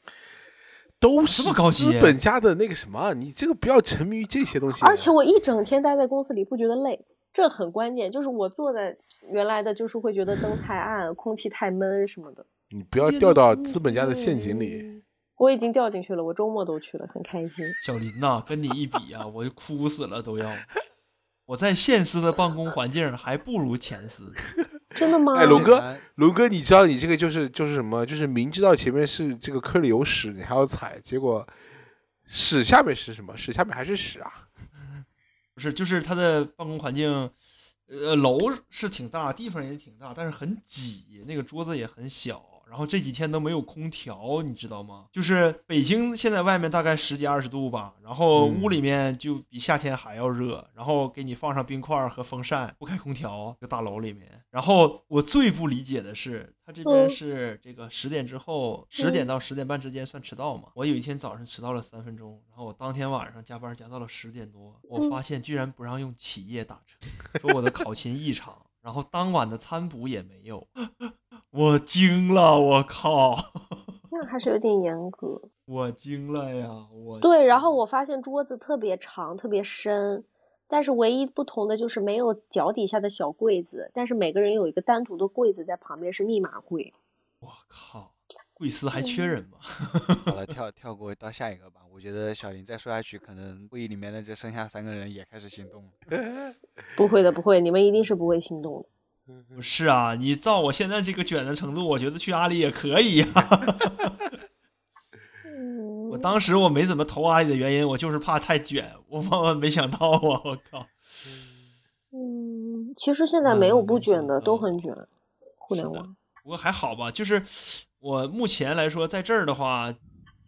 [SPEAKER 1] 都是
[SPEAKER 2] 么高级啊
[SPEAKER 1] 资本家的那个什么，你这个不要沉迷于这些东西。啊
[SPEAKER 3] 而且我一整天待在公司里不觉得累，这很关键。就是我坐在原来的就是会觉得灯太暗，空气太闷什么的，
[SPEAKER 1] 你不要掉到资本家的陷阱
[SPEAKER 3] 嗯
[SPEAKER 1] 里。
[SPEAKER 3] 我已经掉进去了。我周末都去了，很开心。
[SPEAKER 2] 小林呐、跟你一比啊，我就哭死了都要。我在现司的办公环境还不如前司，
[SPEAKER 3] 真的吗？
[SPEAKER 1] 哎，龙
[SPEAKER 4] 龙
[SPEAKER 1] 哥
[SPEAKER 4] 哎，
[SPEAKER 1] 龙哥，你知道你这个就是就是什么？就是明知道前面是这个坑里有屎，你还要踩，结果屎下面是什么？屎下面还是屎啊！
[SPEAKER 2] 不是，就是他的办公环境，呃，楼是挺大，地方也挺大，但是很挤，那个桌子也很小。然后这几天都没有空调，你知道吗？就是北京现在外面大概十几二十度吧，然后
[SPEAKER 1] 嗯
[SPEAKER 2] 屋里面就比夏天还要热，然后给你放上冰块和风扇，不开空调，这大楼里面。然后我最不理解的是，他这边
[SPEAKER 3] 嗯
[SPEAKER 2] 是这个十点之后，十点到十点半之间算迟到嘛？我有一天早上迟到了三分钟，然后我当天晚上加班加到了十点多，我
[SPEAKER 3] 嗯
[SPEAKER 2] 发现居然不让用企业打车，说我的考勤异常，然后当晚的餐补也没有， 我惊了，我靠，
[SPEAKER 3] 那还是有点严格。
[SPEAKER 2] 我惊了呀，我
[SPEAKER 3] 对，然后我发现桌子特别长，特别深，但是唯一不同的就是没有脚底下的小柜子，但是每个人有一个单独的柜子在旁边是密码柜。
[SPEAKER 2] 我靠，贵司还
[SPEAKER 3] 嗯
[SPEAKER 2] 缺人吗？？”
[SPEAKER 4] 好了，跳跳过到下一个吧。我觉得小林再说下去，可能会议里面的这剩下三个人也开始心动了。
[SPEAKER 3] 不会的，不会，你们一定是不会心动的。
[SPEAKER 2] 不是啊，你照我现在这个卷的程度，我觉得去阿里也可以呀、
[SPEAKER 3] 嗯
[SPEAKER 2] 我当时我没怎么投阿里的原因，我就是怕太卷，我万万没想到啊！我靠，
[SPEAKER 3] 嗯，其实现在没有不卷的，都很
[SPEAKER 2] 嗯
[SPEAKER 3] 卷，互联网。
[SPEAKER 2] 不过还好吧，就是我目前来说，在这儿的话，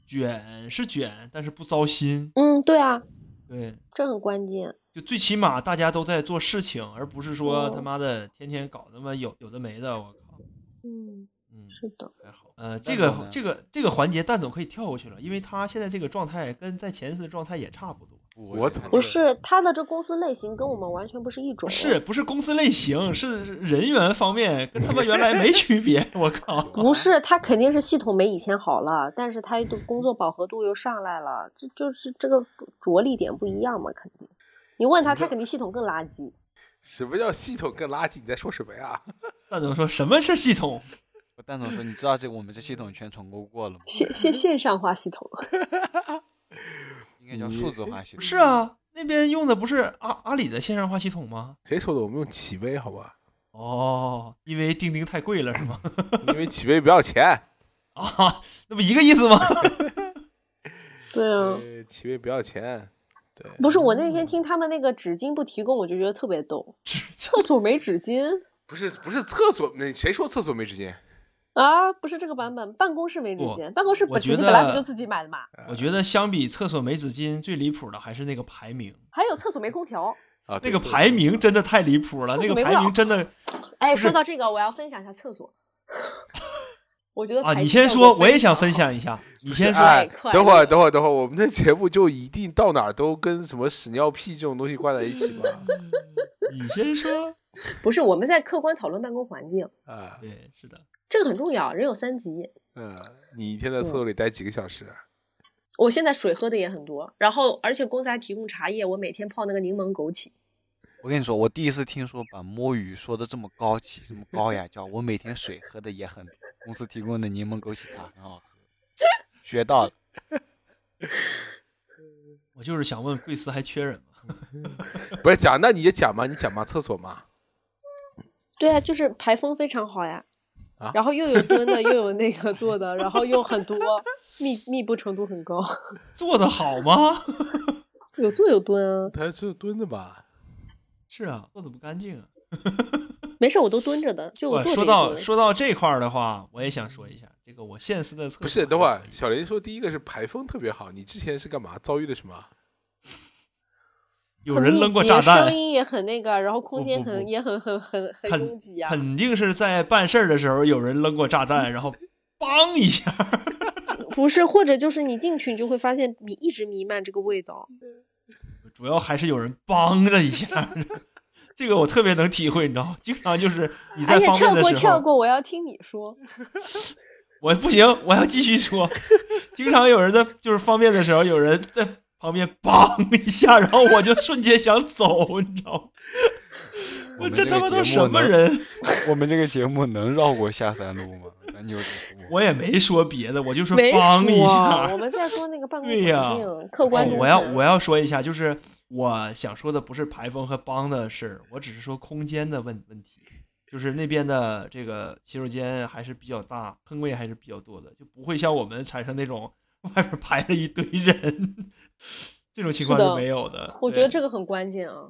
[SPEAKER 2] 卷是卷，但是不糟心。
[SPEAKER 3] 嗯，对啊，
[SPEAKER 2] 对，
[SPEAKER 3] 这很关键。
[SPEAKER 2] 就最起码大家都在做事情，而不是说
[SPEAKER 3] 哦
[SPEAKER 2] 他妈的天天搞那么有有的没的。我靠，
[SPEAKER 3] 嗯，
[SPEAKER 2] 嗯，
[SPEAKER 3] 是的。
[SPEAKER 2] 还好。呃，
[SPEAKER 4] 蛋
[SPEAKER 2] 这
[SPEAKER 4] 总
[SPEAKER 2] 个
[SPEAKER 4] 呢
[SPEAKER 2] 这个这个环节，蛋总可以跳过去了，因为他现在这个状态跟在前司的状态也差不多。
[SPEAKER 1] 我
[SPEAKER 4] 觉
[SPEAKER 1] 怎么
[SPEAKER 4] 得
[SPEAKER 3] 不
[SPEAKER 4] 他这个
[SPEAKER 3] 是他的这公司类型跟我们完全不是一种。
[SPEAKER 2] 不是不是公司类型，是是人员方面，跟他们原来没区别。我靠！
[SPEAKER 3] 不是，他
[SPEAKER 2] 嗯
[SPEAKER 3] 肯定是系统没以前好了，但是他的工作饱和度又上来了，这就是这个着力点不一样嘛，肯定。你问他，他肯定系统更垃 圾。
[SPEAKER 1] 什么叫系统更垃圾？你在说什么呀？
[SPEAKER 2] 蛋总说什么是系统？
[SPEAKER 4] 我蛋总说：“你知道这我们这系统全重构过了吗？
[SPEAKER 3] 线线线上化系 统，
[SPEAKER 4] 应该叫数字化系
[SPEAKER 2] 不
[SPEAKER 4] 统。”
[SPEAKER 2] 是啊，那边用的不是阿阿里的线上化系统吗？
[SPEAKER 1] 谁说的？我们用企微好吧？
[SPEAKER 2] 哦，因为钉钉太贵了是吗？
[SPEAKER 1] 因为企微不要钱。
[SPEAKER 2] 啊，那不一个意思吗？
[SPEAKER 3] 对
[SPEAKER 2] 嗯
[SPEAKER 3] 啊，
[SPEAKER 1] 呃，齐备不要钱，对，
[SPEAKER 3] 不是我那天听他们那个纸巾不提供，我就觉得特别逗。厕所没纸巾
[SPEAKER 1] 不是不是厕所，那谁说厕所没纸巾？
[SPEAKER 3] 啊？不是这个版本，办公室没纸
[SPEAKER 2] 不
[SPEAKER 3] 巾，办公室
[SPEAKER 2] 我
[SPEAKER 3] 本纸
[SPEAKER 2] 觉
[SPEAKER 3] 巾本来不
[SPEAKER 2] 得
[SPEAKER 3] 就自己买的嘛？
[SPEAKER 1] 呃
[SPEAKER 2] 我觉得相比厕所没纸巾，最离谱的还是那个排名，
[SPEAKER 3] 还有厕所没空调。
[SPEAKER 1] 啊，
[SPEAKER 2] 那
[SPEAKER 1] 对
[SPEAKER 2] 个
[SPEAKER 1] 厕所
[SPEAKER 2] 排名真的太离谱了，
[SPEAKER 3] 厕
[SPEAKER 2] 那个
[SPEAKER 3] 所没
[SPEAKER 2] 排
[SPEAKER 3] 空
[SPEAKER 2] 名
[SPEAKER 3] 调
[SPEAKER 2] 真的
[SPEAKER 3] 哎，
[SPEAKER 2] 是
[SPEAKER 3] 说到这个，我要分享一下厕所。 我觉得
[SPEAKER 2] 啊！
[SPEAKER 3] 排
[SPEAKER 2] 你
[SPEAKER 3] 气
[SPEAKER 2] 先
[SPEAKER 3] 效果
[SPEAKER 2] 说，我也
[SPEAKER 3] 非
[SPEAKER 2] 想
[SPEAKER 3] 常
[SPEAKER 2] 分
[SPEAKER 3] 好。
[SPEAKER 2] 享一下，你
[SPEAKER 1] 不
[SPEAKER 2] 先
[SPEAKER 1] 是
[SPEAKER 2] 说。
[SPEAKER 1] 哎
[SPEAKER 3] 快
[SPEAKER 1] 等会儿，等会儿，等会儿，我们的节目就一定到哪儿都跟什么屎尿屁这种东西挂在一起吧？
[SPEAKER 2] 你先说。
[SPEAKER 3] 不是，我们在客观讨论办公环境，
[SPEAKER 1] 啊，
[SPEAKER 2] 对，是的，
[SPEAKER 3] 这个很重要。人有三急，
[SPEAKER 1] 嗯，你一天在厕所里待几个小时？
[SPEAKER 3] 我现在水喝的也很多，然后而且公司还提供茶叶，我每天泡那个柠檬枸杞。
[SPEAKER 4] 我跟你说，我第一次听说把摸鱼说的这么高级，这么高雅，叫我每天水喝的也很多，公司提供的柠檬枸杞茶很好喝，学到了。
[SPEAKER 2] 我就是想问贵司还缺人吗？
[SPEAKER 1] 不是讲，那你也讲嘛，你讲嘛，厕所嘛，
[SPEAKER 3] 对啊，就是排风非常好呀。
[SPEAKER 1] 啊
[SPEAKER 3] 然后又有蹲 的，又有那个坐的，然后又很多，密密布程度很高，
[SPEAKER 2] 做的好吗？
[SPEAKER 3] 有坐有蹲啊，
[SPEAKER 1] 他是蹲的吧？
[SPEAKER 2] 是啊，做的不干净啊。
[SPEAKER 3] 没事，我都蹲着的，就我
[SPEAKER 2] 哇
[SPEAKER 3] 坐着
[SPEAKER 2] 说
[SPEAKER 3] 也
[SPEAKER 2] 到
[SPEAKER 3] 蹲
[SPEAKER 2] 说到这块儿的话，我也想说一下，这个我现实的测
[SPEAKER 1] 不是，等会儿小雷说第一个是排风特别好，你之前是干嘛？遭遇了什么？
[SPEAKER 2] 有
[SPEAKER 3] 很
[SPEAKER 2] 人
[SPEAKER 3] 密
[SPEAKER 2] 扔过
[SPEAKER 3] 集
[SPEAKER 2] 炸
[SPEAKER 3] 声
[SPEAKER 2] 弹，
[SPEAKER 3] 音也很那个，然后空
[SPEAKER 2] 不
[SPEAKER 3] 间
[SPEAKER 2] 不
[SPEAKER 3] 很
[SPEAKER 2] 不
[SPEAKER 3] 也很很很很
[SPEAKER 2] 很
[SPEAKER 3] 拥挤啊。
[SPEAKER 2] 肯定是在办事儿的时候有人扔过炸 弹，然后梆一下。
[SPEAKER 3] 不是，或者就是你进去，你就会发现你一直弥漫这个味道。
[SPEAKER 2] 主要还是有人帮着一 下，这个我特别能体会，你知道吗？经常就是你在
[SPEAKER 3] 哎呀，
[SPEAKER 2] 方
[SPEAKER 3] 跳
[SPEAKER 2] 便的
[SPEAKER 3] 过
[SPEAKER 2] 时
[SPEAKER 3] 跳
[SPEAKER 2] 候，
[SPEAKER 3] 过，我要听你说。
[SPEAKER 2] 我不行，我要继续 说。经常有人在就是方便的时候，有人在旁边梆一下，然后我就瞬间想走，你知道吗？
[SPEAKER 4] 我们
[SPEAKER 2] 这他
[SPEAKER 4] 个
[SPEAKER 2] 妈
[SPEAKER 4] 节
[SPEAKER 2] 都
[SPEAKER 4] 目
[SPEAKER 2] 什么
[SPEAKER 4] 能？
[SPEAKER 2] 人？
[SPEAKER 4] 我们这个节目能绕过下三路吗？咱就这么说
[SPEAKER 2] 我也没说别的，我就说
[SPEAKER 3] 没
[SPEAKER 2] 帮一
[SPEAKER 3] 说，我
[SPEAKER 2] 下。
[SPEAKER 3] 们在说那个办公
[SPEAKER 2] 对呀
[SPEAKER 3] 环境，客观
[SPEAKER 2] 哦
[SPEAKER 3] 中、，
[SPEAKER 2] 我要我要说一下，就是我想说的不是排风和帮的事儿，我只是说空间的问问题，就是那边的这个洗手间还是比较大，坑位还是比较多的，就不会像我们产生那种外边排了一堆人这种情况
[SPEAKER 3] 是
[SPEAKER 2] 是
[SPEAKER 3] 的
[SPEAKER 2] 没有的。
[SPEAKER 3] 我觉得
[SPEAKER 2] 对
[SPEAKER 3] 这个很关键啊。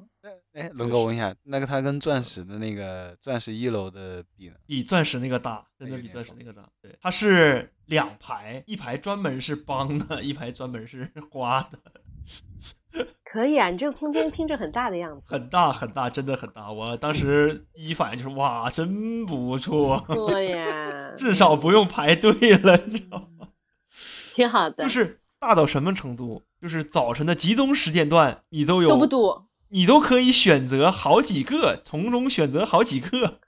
[SPEAKER 4] 哎，龙哥，我问一下，那个它跟钻石的那个钻石一楼的比呢？
[SPEAKER 2] 比钻石那个大，真的
[SPEAKER 4] 那有
[SPEAKER 2] 比
[SPEAKER 4] 点
[SPEAKER 2] 钻石
[SPEAKER 4] 少
[SPEAKER 2] 那个大。对，它是两排，一排专门是帮的，一排专门是花的。
[SPEAKER 3] 可以啊，你这个空间听着很大的样子。
[SPEAKER 2] 很大很大，真的很大。我当时第一反应就是哇，真不错，
[SPEAKER 3] 对 呀，
[SPEAKER 2] 至少不用排队了，你知道吗？
[SPEAKER 3] 挺好的，
[SPEAKER 2] 就是大到什么程度？就是早晨的集中时间段，你都有
[SPEAKER 3] 多不多？
[SPEAKER 2] 你都可以选择好几个，从中选择好几个，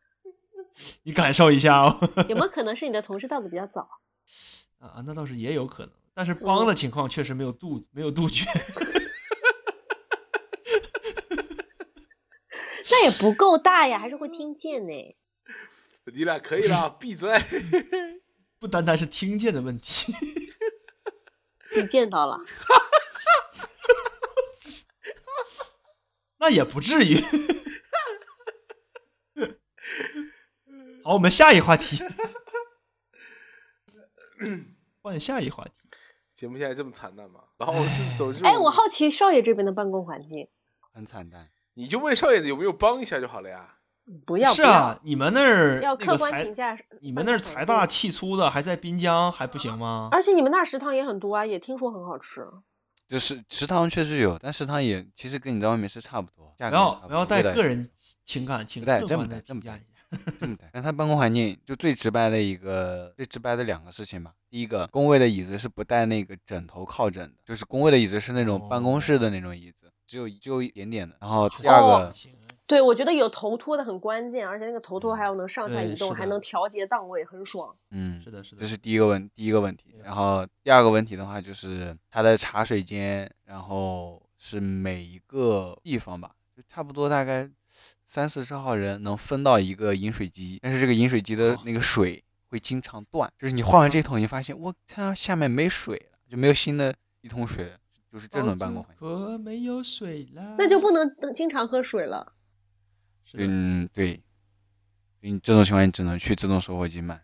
[SPEAKER 2] 你感受一下哦。
[SPEAKER 3] 有没有可能是你的同事到的比较早？
[SPEAKER 2] 啊，那倒是也有可能，但是帮的情况确实没有杜没有杜绝。
[SPEAKER 3] 那也不够大呀，还是会听见呢。
[SPEAKER 1] 你俩可以 了，闭嘴。
[SPEAKER 2] 不单单是听见的问题，
[SPEAKER 3] 你见到了，
[SPEAKER 2] 那也不至于。好，我们下一话 题，换下一话题。
[SPEAKER 1] 节目现在这么惨淡吗？然后我是走这
[SPEAKER 2] 嗯
[SPEAKER 1] 种，
[SPEAKER 3] 哎，我好奇少爷这边的办公环境，
[SPEAKER 4] 很惨淡。
[SPEAKER 1] 你就问少爷有没有帮一下就好了呀。
[SPEAKER 3] 不要
[SPEAKER 2] 是
[SPEAKER 3] 不
[SPEAKER 2] 啊，你们那儿
[SPEAKER 3] 要
[SPEAKER 2] 那
[SPEAKER 3] 客
[SPEAKER 2] 个
[SPEAKER 3] 观
[SPEAKER 2] 财
[SPEAKER 3] 评价办公环境。
[SPEAKER 2] 你们那儿财大气粗的，还在滨江还不行吗？
[SPEAKER 3] 而且你们那儿食堂也很多啊，也听说很好吃。
[SPEAKER 4] 就食食堂确实有，但食堂也其实跟你在外面是差不多，价
[SPEAKER 2] 不
[SPEAKER 4] 格也
[SPEAKER 2] 要
[SPEAKER 4] 差不
[SPEAKER 2] 不
[SPEAKER 4] 多
[SPEAKER 2] 要带
[SPEAKER 4] 味道也
[SPEAKER 2] 个
[SPEAKER 4] 差
[SPEAKER 2] 人情感，请
[SPEAKER 4] 不带
[SPEAKER 2] 客
[SPEAKER 4] 真
[SPEAKER 2] 观
[SPEAKER 4] 不
[SPEAKER 2] 的
[SPEAKER 4] 带真
[SPEAKER 2] 评
[SPEAKER 4] 不
[SPEAKER 2] 价
[SPEAKER 4] 带
[SPEAKER 2] 一下。
[SPEAKER 4] 不多这么的。嗯但它办公环境就最直白的一个最直白的两个事情吧。第一个，工位的椅子是不带那个枕头靠枕的，就是工位的椅子是那种办公室的那种椅子，只有只有一点点的。然后第二
[SPEAKER 3] 哦
[SPEAKER 4] 个，
[SPEAKER 2] 行
[SPEAKER 3] 对，我觉得有头托的很关键，而且那个头托还要能上下
[SPEAKER 2] 对
[SPEAKER 3] 移动，
[SPEAKER 2] 是的
[SPEAKER 3] 还能调节档位，很爽。
[SPEAKER 4] 嗯，
[SPEAKER 2] 是的，是的，
[SPEAKER 4] 这是第一个问第一个问题
[SPEAKER 2] 对，
[SPEAKER 4] 然后第二个问题的话就是它的茶水间，然后是每一个地方吧，就差不多大概三四十号人能分到一个饮水机，但是这个饮水机的
[SPEAKER 2] 哦嗯
[SPEAKER 4] 那个水会经常断，就是你换完这桶，你发现我操下面没水了，就没有新的一桶水了，就是
[SPEAKER 2] 哦
[SPEAKER 4] 这种办公环境。
[SPEAKER 2] 可没有水了，
[SPEAKER 3] 那就不能经常喝水了。
[SPEAKER 2] 是的
[SPEAKER 4] 嗯，对，你这种情况你只能去自动售货机买。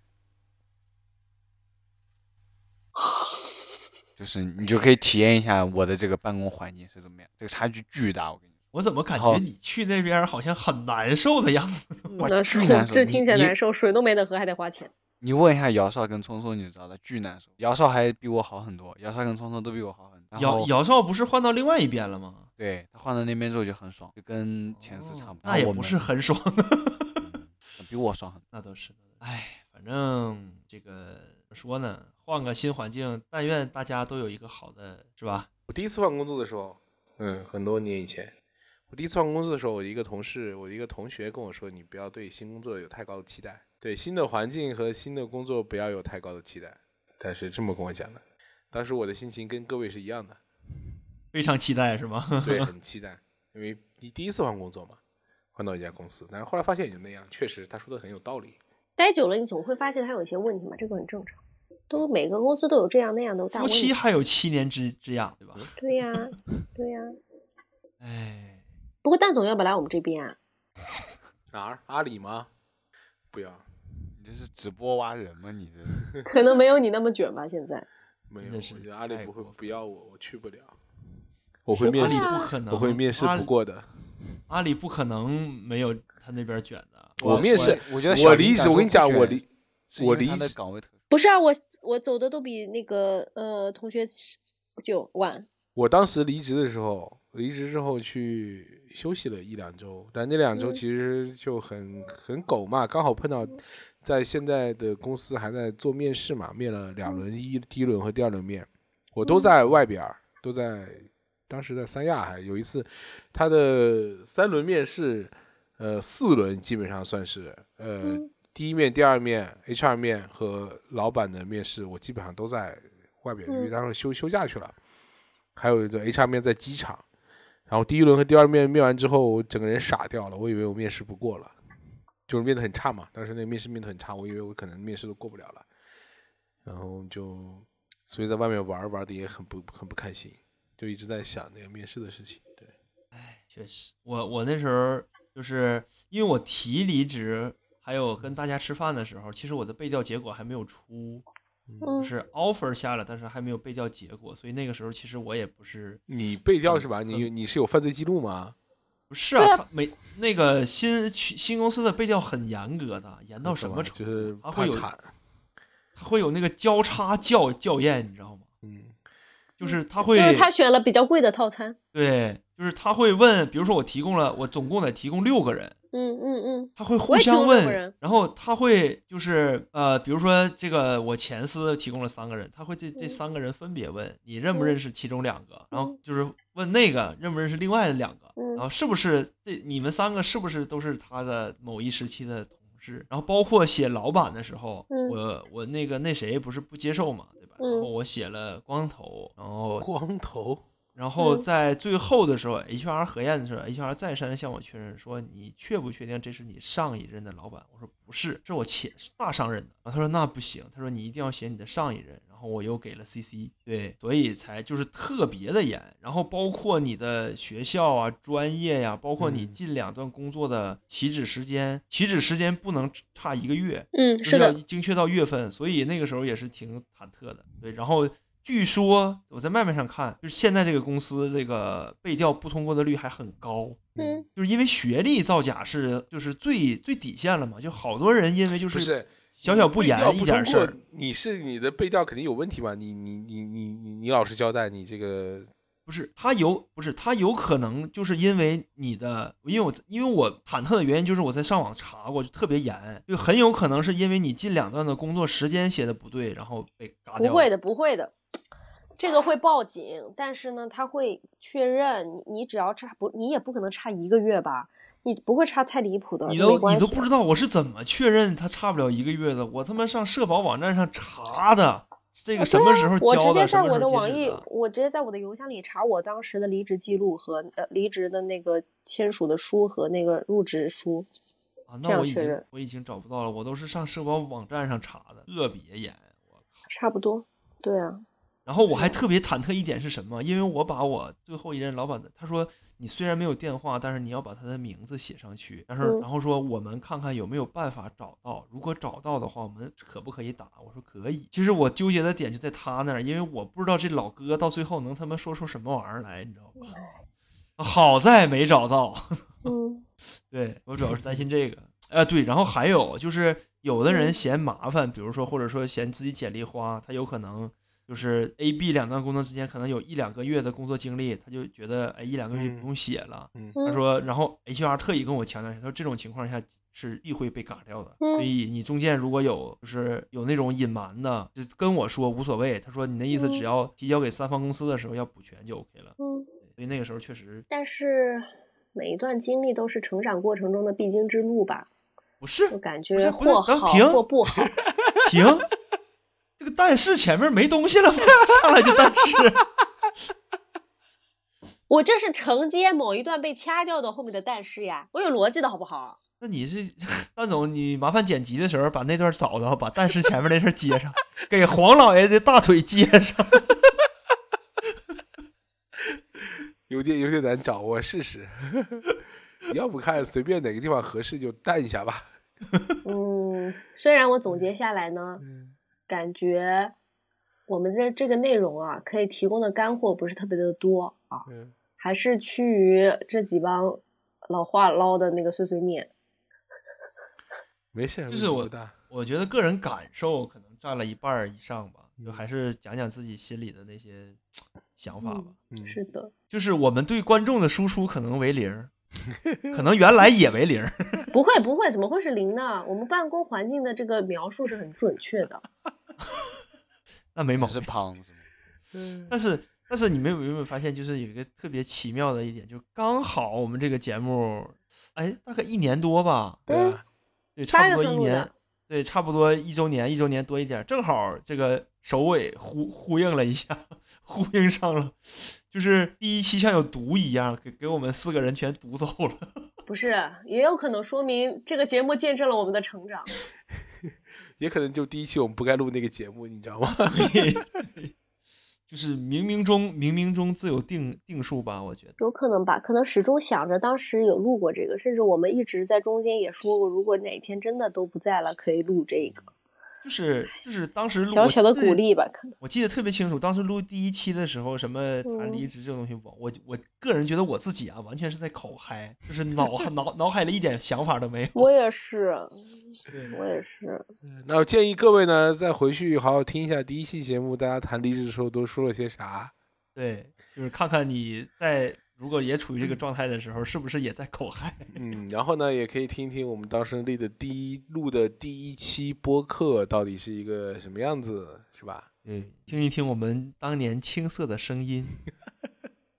[SPEAKER 4] 就是你就可以体验一下我的这个办公环境是怎么样，这个差距巨大，我跟你说。
[SPEAKER 2] 我怎么感
[SPEAKER 4] 然后
[SPEAKER 2] 觉你去那边好像很难受的样子？
[SPEAKER 4] 哇
[SPEAKER 3] 那
[SPEAKER 4] 巨
[SPEAKER 3] 是
[SPEAKER 4] 难受
[SPEAKER 3] 这
[SPEAKER 4] 你
[SPEAKER 3] 听起来
[SPEAKER 4] 你
[SPEAKER 3] 难受，水都没得喝还得花钱。
[SPEAKER 4] 你问一下姚少跟聪聪，你就知道的，巨难受。姚少还比我好很多，姚少跟聪聪都比我好很多。然
[SPEAKER 2] 姚
[SPEAKER 4] 后
[SPEAKER 2] 姚少不是换到另外一边了吗？
[SPEAKER 4] 对他换到那边之后就很爽，就跟前四差不多。
[SPEAKER 2] 那
[SPEAKER 4] 然后
[SPEAKER 2] 也
[SPEAKER 4] 我
[SPEAKER 2] 不
[SPEAKER 4] 们
[SPEAKER 2] 是很爽。
[SPEAKER 4] 嗯 比我爽很多。
[SPEAKER 2] 那倒是，哎，反正这个怎么说呢，换个新环境，但愿大家都有一个好的，是吧？
[SPEAKER 1] 我第一次换工作的时候，嗯，很多年以前，我第一次换工作的时候，我的一个同事，我的一个同学跟我说，你不要对新工作有太高的期待，对新的环境和新的工作不要有太高的期待。他是这么跟我讲的，当时我的心情跟各位是一样的，
[SPEAKER 2] 非常期待是吗？
[SPEAKER 1] 对，很期待，因为你第一次换工作嘛，换到一家公司，但是后来发现也就那样，确实他说的很有道理。
[SPEAKER 3] 待久了，你总会发现它有一些问题嘛，这个很正常。都每个公司都有这样那样的大
[SPEAKER 2] 夫
[SPEAKER 3] 问
[SPEAKER 2] 妻
[SPEAKER 3] 题。
[SPEAKER 2] 还有七年之之痒，对吧？
[SPEAKER 3] 对 呀、对呀、
[SPEAKER 1] 嗯
[SPEAKER 2] 哎，
[SPEAKER 3] 不过蛋总要不来我们这边啊？
[SPEAKER 1] 哪儿？阿里吗？不要，
[SPEAKER 4] 你这是直播挖人吗？你 这是
[SPEAKER 3] 可能没有你那么卷吧，现 在。
[SPEAKER 1] 没
[SPEAKER 2] 真
[SPEAKER 1] 有，
[SPEAKER 2] 的
[SPEAKER 1] 我
[SPEAKER 2] 是
[SPEAKER 1] 觉得阿里
[SPEAKER 2] 太
[SPEAKER 1] 不会
[SPEAKER 2] 过分
[SPEAKER 1] 不
[SPEAKER 2] 了
[SPEAKER 1] 要我，我去不了。我会面
[SPEAKER 2] 阿
[SPEAKER 1] 试
[SPEAKER 2] 里
[SPEAKER 3] 对，啊
[SPEAKER 2] 不可能，
[SPEAKER 1] 我会面试
[SPEAKER 2] 阿
[SPEAKER 1] 不
[SPEAKER 2] 里，
[SPEAKER 1] 过的。
[SPEAKER 2] 阿里不可能没有他那边卷的。
[SPEAKER 1] 我面试，
[SPEAKER 4] 我觉得小
[SPEAKER 1] 我
[SPEAKER 4] 林
[SPEAKER 1] 理
[SPEAKER 4] 敢
[SPEAKER 1] 解，我
[SPEAKER 4] 说
[SPEAKER 1] 跟你
[SPEAKER 4] 不
[SPEAKER 1] 讲，我
[SPEAKER 4] 卷
[SPEAKER 1] 理
[SPEAKER 4] 是
[SPEAKER 1] 我
[SPEAKER 4] 因为他
[SPEAKER 1] 理
[SPEAKER 4] 的
[SPEAKER 1] 解
[SPEAKER 4] 岗位特殊。
[SPEAKER 3] 不是啊，我我走的都比那个呃同学久晚。
[SPEAKER 1] 我当时离职的时候，离职之后去休息了一两周，但那两周
[SPEAKER 3] 嗯
[SPEAKER 1] 其实就很很狗嘛，刚好碰到在现在的公司还在做面试嘛，面了两轮，一第一轮和第二轮面，我都
[SPEAKER 3] 嗯
[SPEAKER 1] 在外边儿，都在当时在三亚还有一次，他的三轮面试，呃，四轮基本上算是呃。
[SPEAKER 3] 嗯
[SPEAKER 1] 第一面、第二面、HR 面和老板的面试，我基本上都在外边，因为
[SPEAKER 3] 嗯
[SPEAKER 1] 当时休休假去了。还有一个 HR 面在机场，然后第一轮和第二面面完之后，我整个人傻掉了，我以为我面试不过了，就是面的很差嘛。当时那个面试面的很差，我以为我可能面试都过不了了，然后就所以在外面玩儿玩的也很不很不开心，就一直在想那个面试的事情。对，
[SPEAKER 2] 哎，确实，我我那时候就是因为我提离职，还有跟大家吃饭的时候，其实我的背调结果还没有出，就
[SPEAKER 3] 嗯，
[SPEAKER 2] 是 offer 下了，但是还没有背调结果，所以那个时候其实我也不是
[SPEAKER 1] 你被调
[SPEAKER 2] 很
[SPEAKER 1] 是吧？你
[SPEAKER 2] 很
[SPEAKER 1] 你是有犯罪记录吗？
[SPEAKER 2] 不是
[SPEAKER 3] 对
[SPEAKER 2] 啊，
[SPEAKER 3] 啊
[SPEAKER 2] 他每那个新去新公司的背调很严格的，严到什么程
[SPEAKER 1] 就
[SPEAKER 2] 度？
[SPEAKER 1] 是
[SPEAKER 2] 他
[SPEAKER 1] 怕
[SPEAKER 2] 会有
[SPEAKER 1] 惨。
[SPEAKER 2] 他会有那个交叉校校验，你知道吗？
[SPEAKER 1] 嗯
[SPEAKER 2] 就是他
[SPEAKER 3] 就
[SPEAKER 2] 会
[SPEAKER 3] 是他选了比较贵的套餐。
[SPEAKER 2] 对，就是他会问，比如说我提供了，我总共得提供六个人，
[SPEAKER 3] 嗯嗯嗯，
[SPEAKER 2] 他会互
[SPEAKER 3] 我也提
[SPEAKER 2] 相
[SPEAKER 3] 供六个
[SPEAKER 2] 问
[SPEAKER 3] 人，
[SPEAKER 2] 然后他会就是呃，比如说这个我前司提供了三个人，他会这这
[SPEAKER 3] 嗯
[SPEAKER 2] 三个人分别问你认不认识其中两个，然后
[SPEAKER 3] 嗯
[SPEAKER 2] 就是问那个认不认识另外的两个，
[SPEAKER 3] 嗯
[SPEAKER 2] 然后是不是这你们三个是不是都是他的某一时期的同事，然后包括写老板的时候，
[SPEAKER 3] 嗯
[SPEAKER 2] 我我那个那谁不是不接受嘛，对吧？然
[SPEAKER 3] 嗯
[SPEAKER 2] 后我写了光头，然后
[SPEAKER 1] 光头，
[SPEAKER 2] 然后
[SPEAKER 3] 嗯
[SPEAKER 2] 在最后的时候，HR 核验的时候，HR 再三向我确认说：“你确不确定这是你上一任的老板？”我说：“不是，是我前大上任的。”然后他说：“那不行，他说你一定要写你的上一任。”然后我又给了 CC，对，所以才就是特别的严。然后包括你的学校啊、专业呀、包括你
[SPEAKER 1] 嗯
[SPEAKER 2] 近两段工作的起止时间，起止时间不能差一个月，
[SPEAKER 3] 嗯，
[SPEAKER 2] 就是
[SPEAKER 3] 是
[SPEAKER 2] 要
[SPEAKER 3] 的，
[SPEAKER 2] 精确到月份，所以那个时候也是挺忐忑的。对，然后据说我在外面上看，就是现在这个公司这个背调不通过的率还很高，
[SPEAKER 3] 嗯，
[SPEAKER 2] 就是因为学历造假是就是最最底线了嘛，就好多人因为就
[SPEAKER 1] 不是
[SPEAKER 2] 小小不
[SPEAKER 1] 你背调
[SPEAKER 2] 严一
[SPEAKER 1] 不
[SPEAKER 2] 点
[SPEAKER 1] 通
[SPEAKER 2] 事
[SPEAKER 1] 过
[SPEAKER 2] 儿，，
[SPEAKER 1] 你是你的背调肯定有问题嘛？你你你你你你老实交代，你这个
[SPEAKER 2] 不是他有不是他有可能就是因为你的，因为我因为我忐忑的原因就是我在上网查过，就特别严，就很有可能是因为你近两段的工作时间写的不对，然后被嘎
[SPEAKER 3] 不
[SPEAKER 2] 掉。
[SPEAKER 3] 会的，不会的。这个会报警，但是呢，他会确认你，你只要差不，你也不可能差一个月吧，你不会差太离谱的，
[SPEAKER 2] 你
[SPEAKER 3] 没
[SPEAKER 2] 都
[SPEAKER 3] 关
[SPEAKER 2] 你都
[SPEAKER 3] 系
[SPEAKER 2] 不
[SPEAKER 3] 的
[SPEAKER 2] 知道我是怎么确认他差不了一个月的，我他妈上社保网站上查的，这个
[SPEAKER 3] 啊
[SPEAKER 2] 什
[SPEAKER 3] 对
[SPEAKER 2] 么
[SPEAKER 3] 啊
[SPEAKER 2] 时候
[SPEAKER 3] 我直
[SPEAKER 2] 交
[SPEAKER 3] 接
[SPEAKER 2] 的，什
[SPEAKER 3] 在
[SPEAKER 2] 么时
[SPEAKER 3] 我的
[SPEAKER 2] 候
[SPEAKER 3] 网
[SPEAKER 2] 截止
[SPEAKER 3] 易
[SPEAKER 2] 的，
[SPEAKER 3] 我直接在我的邮箱里查我当时的离职记录和呃离职的那个签署的书和那个入职书。
[SPEAKER 2] 啊？那
[SPEAKER 3] 这样
[SPEAKER 2] 我已
[SPEAKER 3] 确
[SPEAKER 2] 经
[SPEAKER 3] 认
[SPEAKER 2] 我已经找不到了，我都是上社保网站上查的，特别严。我靠！
[SPEAKER 3] 差不多，对啊，
[SPEAKER 2] 然后我还特别忐忑一点是什么？因为我把我最后一任老板的，他说你虽然没有电话，但是你要把他的名字写上去，但是
[SPEAKER 3] 嗯
[SPEAKER 2] 然后说我们看看有没有办法找到，如果找到的话，我们可不可以打？我说可以。其实我纠结的点就在他那儿，因为我不知道这老哥到最后能他妈说出什么玩意儿来，你知道吗？好在没找到。
[SPEAKER 3] 嗯
[SPEAKER 2] 对我主要是担心这个。呃，对，然后还有就是，有的人
[SPEAKER 3] 嗯
[SPEAKER 2] 嫌麻烦，比如说或者说嫌自己简历花，他有可能就是 A、B 两段工作之间可能有一两个月的工作经历，他就觉得哎一两个月就
[SPEAKER 1] 嗯
[SPEAKER 2] 不用写了。
[SPEAKER 1] 嗯
[SPEAKER 2] 他
[SPEAKER 3] 嗯
[SPEAKER 2] 说，然后 HR 特意跟我强调一下，他说这种情况下是必会被嘎掉的，
[SPEAKER 3] 嗯
[SPEAKER 2] 所以你中间如果有就是有那种隐瞒的，就跟我说无所谓。他说你那意思只
[SPEAKER 3] 嗯
[SPEAKER 2] 要提交给三方公司的时候要补全就 OK 了。
[SPEAKER 3] 嗯，
[SPEAKER 2] 所以那个时候确实
[SPEAKER 3] 但是每一段经历都是成长过程中的必经之路吧。
[SPEAKER 2] 不是
[SPEAKER 3] 我感
[SPEAKER 2] 不是
[SPEAKER 3] 觉
[SPEAKER 2] 不是
[SPEAKER 3] 或
[SPEAKER 2] 等
[SPEAKER 3] 好
[SPEAKER 2] 停
[SPEAKER 3] 或不好，
[SPEAKER 2] 停，这个但是前面没东西了吗？ 上来就但是，
[SPEAKER 3] 我这是承接某一段被掐掉的后面的但是呀，我有逻辑的好不好？
[SPEAKER 2] 那你是蛋总，你麻烦剪辑的时候把那段找到，把但是前面那事儿接上， 给黄老爷的大腿接上。
[SPEAKER 1] 有点有点难找，我试试。 你要不看随便哪个地方合适就淡一下吧。
[SPEAKER 3] 嗯，虽然我总结下来呢，
[SPEAKER 1] 嗯
[SPEAKER 3] 感觉我们的这个内容啊，可以提供的干货不是特别的多啊，
[SPEAKER 1] 嗯，
[SPEAKER 3] 还是趋于这几帮老话唠的那个碎碎念。
[SPEAKER 1] 没事儿，
[SPEAKER 2] 就
[SPEAKER 1] 问
[SPEAKER 2] 是
[SPEAKER 1] 题
[SPEAKER 2] 我
[SPEAKER 1] 不大。
[SPEAKER 2] 我觉得个人感受可能占了一半儿以上吧，就还是讲讲自己心里的那些想法吧。
[SPEAKER 3] 嗯，
[SPEAKER 1] 嗯，
[SPEAKER 3] 是的，
[SPEAKER 2] 就是我们对观众的输出可能为零儿，可能原来也为零儿。
[SPEAKER 3] 不会不会，怎么会是零呢？我们办公环境的这个描述是很准确的。
[SPEAKER 2] 那没毛
[SPEAKER 4] 你
[SPEAKER 2] 病
[SPEAKER 4] 是。胖子吗？
[SPEAKER 1] 嗯
[SPEAKER 2] 但是但是你们有没有发现，就是有一个特别奇妙的一点，就是刚好我们这个节目，哎，大概一年多吧，
[SPEAKER 1] 对啊，
[SPEAKER 2] 嗯对，差
[SPEAKER 3] 八
[SPEAKER 2] 不多
[SPEAKER 3] 月
[SPEAKER 2] 一
[SPEAKER 3] 份录
[SPEAKER 2] 年
[SPEAKER 3] 的，，
[SPEAKER 2] 对，差不多一周年，一周年多一点，正好这个首尾呼呼应了一下， 呼应上了，就是第一期像有毒一样，给给我们四个人全毒走了。
[SPEAKER 3] 不是，也有可能说明这个节目见证了我们的成长。
[SPEAKER 1] 也可能就第一期我们不该录那个节目，你知道吗？
[SPEAKER 2] 就是冥冥中，冥冥中自有定定数吧，我觉得。
[SPEAKER 3] 有可能吧，可能始终想着当时有录过这个，甚至我们一直在中间也说过，如果哪天真的都不在了，可以录这个
[SPEAKER 2] 就是就是当时录
[SPEAKER 3] 小
[SPEAKER 2] 我
[SPEAKER 3] 小的
[SPEAKER 2] 记得
[SPEAKER 3] 鼓励吧。可能
[SPEAKER 2] 我记得特别清楚，当时录第一期的时候，什么谈
[SPEAKER 3] 嗯
[SPEAKER 2] 离职这种东西，我我我个人觉得我自己啊，完全是在口嗨，就是脑脑脑海里一点想法都没有。
[SPEAKER 3] 我也是，
[SPEAKER 2] 对
[SPEAKER 3] 我也是，
[SPEAKER 1] 那我建议各位呢，再回去好好听一下第一期节目，大家谈离职的时候都说了些啥。
[SPEAKER 2] 对，就是看看你在如果也处于这个状态的时候，是不是也在口嗨？
[SPEAKER 1] 嗯，然后呢，也可以听一听我们当时立的第一录的第一期播客到底是一个什么样子，是吧？
[SPEAKER 2] 对，听一听我们当年青涩的声音。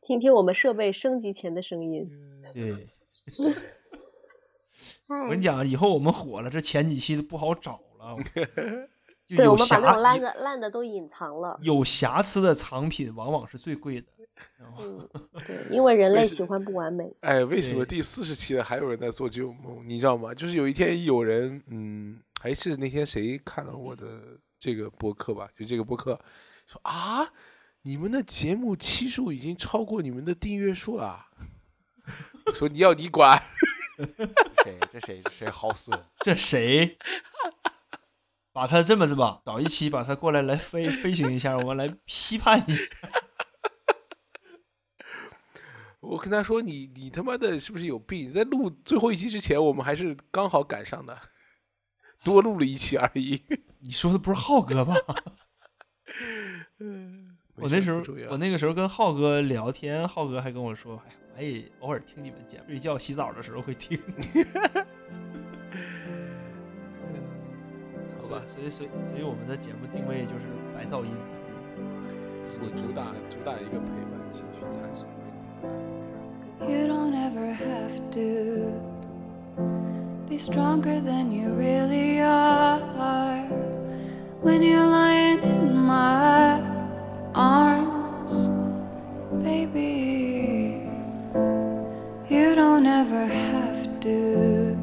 [SPEAKER 3] 听听我们设备升级前的声音。
[SPEAKER 2] 嗯 对，我跟你讲，啊以后我们火了，这前几期都不好找了。 我就
[SPEAKER 3] 对，
[SPEAKER 2] 有
[SPEAKER 3] 我们把那
[SPEAKER 2] 瑕
[SPEAKER 3] 种烂
[SPEAKER 2] 有
[SPEAKER 3] 的烂的都隐藏了。
[SPEAKER 2] 有瑕疵的藏品往往是最贵的。然后
[SPEAKER 3] 嗯，对，因 为人
[SPEAKER 1] 所以
[SPEAKER 3] 类
[SPEAKER 1] 是
[SPEAKER 3] 喜欢不完美。
[SPEAKER 1] 哎，为什么
[SPEAKER 2] 对
[SPEAKER 1] 第四十期了还有人在做旧梦？你知道吗？就是有一天有人，嗯，还是那天谁看了我的这个播客吧，就这个播客，说啊，你们的节目期数已经超过你们的订阅数了。 我说你要你管，
[SPEAKER 4] 这谁？这谁？这谁好损？
[SPEAKER 2] 这 谁？把他这么着吧，找一期把他过来来飞飞行一下，我们来批判一下。
[SPEAKER 1] 我跟他说你你他妈的是不是有病？你在录最后一期之前，我们还是刚好赶上的，多录了一期而已。
[SPEAKER 2] 你说的不是浩哥吧？
[SPEAKER 1] 没
[SPEAKER 2] 我
[SPEAKER 1] 事
[SPEAKER 2] 那时
[SPEAKER 1] 不
[SPEAKER 2] 候
[SPEAKER 1] 重要
[SPEAKER 2] 我那个时候跟浩哥聊天，浩哥还跟我说，哎呀，我也偶尔听你们节目，睡觉洗澡的时候会听。
[SPEAKER 1] 好吧，
[SPEAKER 2] 所以所以所以我们的节目定位就是白噪音。
[SPEAKER 1] 我主打主打一个陪伴情绪价值，问题不大。
[SPEAKER 5] You don't ever have to be stronger than you really are when you're lying in my arms, baby. You don't ever have to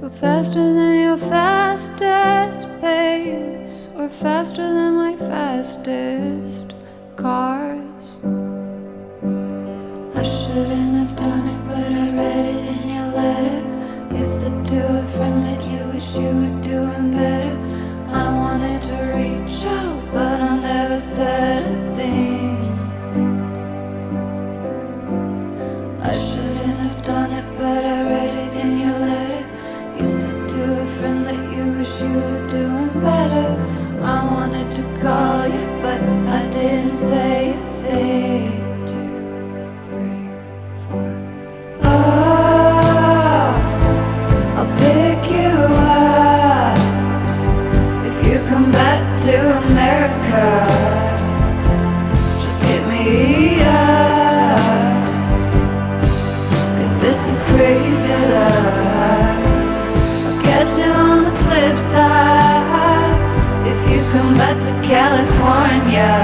[SPEAKER 5] go faster than your fastest pace or were faster than my fastest cars. I shouldn't have done it, but I read it in your letter. You said to a friend that you wish you were doing better. I wanted to reach out, but I never said a thing. I shouldn't have done it, but I read it in your letter. You said to a friend that you wish you were doing better. I wanted to call you, but I didn't say a thing. Two, three, four. Oh, I'll pick you up if you come back to America. Just hit me up. Cause this is crazy love. I'll catch you on the flip side. If you come back to California,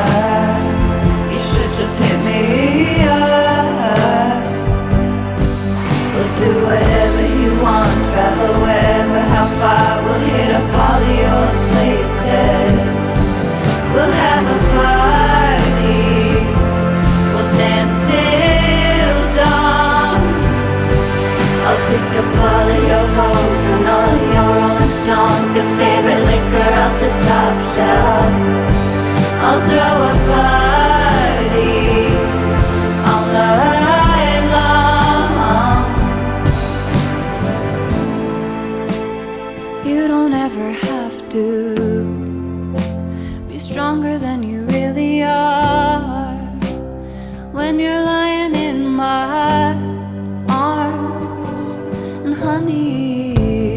[SPEAKER 5] you should just hit me up. We'll do whatever you want, travel wherever, how far. We'll hit up all your places. We'll have a party. We'll dance till dawn. I'll pick up all of your phones and all of your Rolling Stones, your favorite liquor off the top shelf. I'll throw a party all night long. You don't ever have to be stronger than you really are when you're lying in my arms and honey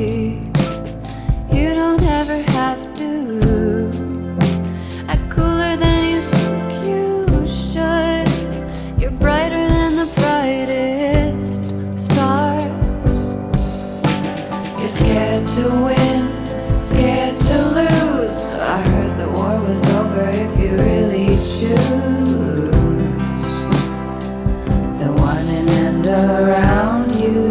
[SPEAKER 5] you don't ever have to act cooler than you think you should you're brighter than the brightest stars you're scared to win scared to lose i heard the war was over if you really choose the one and end around you.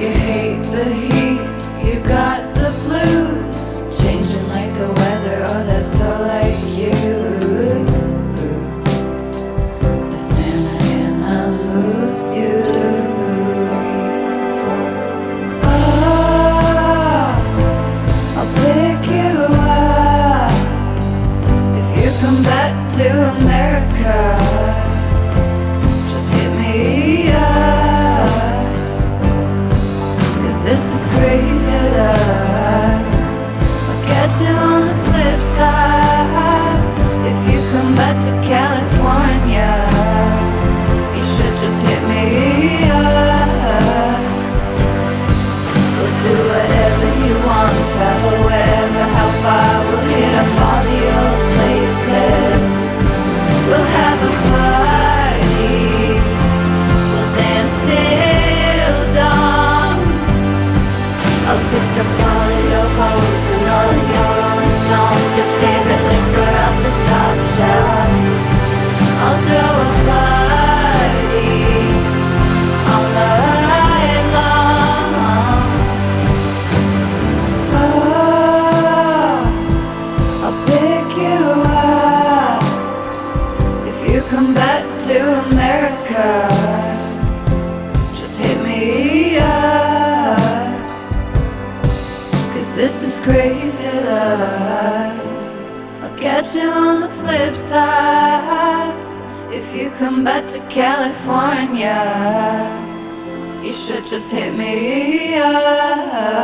[SPEAKER 5] You hate the heat, you've got the blues, changing like the weather. Oh, that's so like you. The Santa Ana moves you. Three, four. Oh, I'll pick you up. If you come back to America, just hit me up. Cause this is crazy love. I'll catch you on the flip side. If you come back to California, you should just hit me up. We'll do whatever you want, travel wherever, how far. We'll hit up all the old places. We'll have a party. We'll dance till dawn. I'll pick up all of your phones and all of your Rolling Stones, your favorite liquor off the top shelf. I'll throw a party all night long. Oh, I'll pick you up if you come back to America. Just hit me up, cause this is crazy love. I'll catch you on the flip side if you come back to California. You should just hit me up.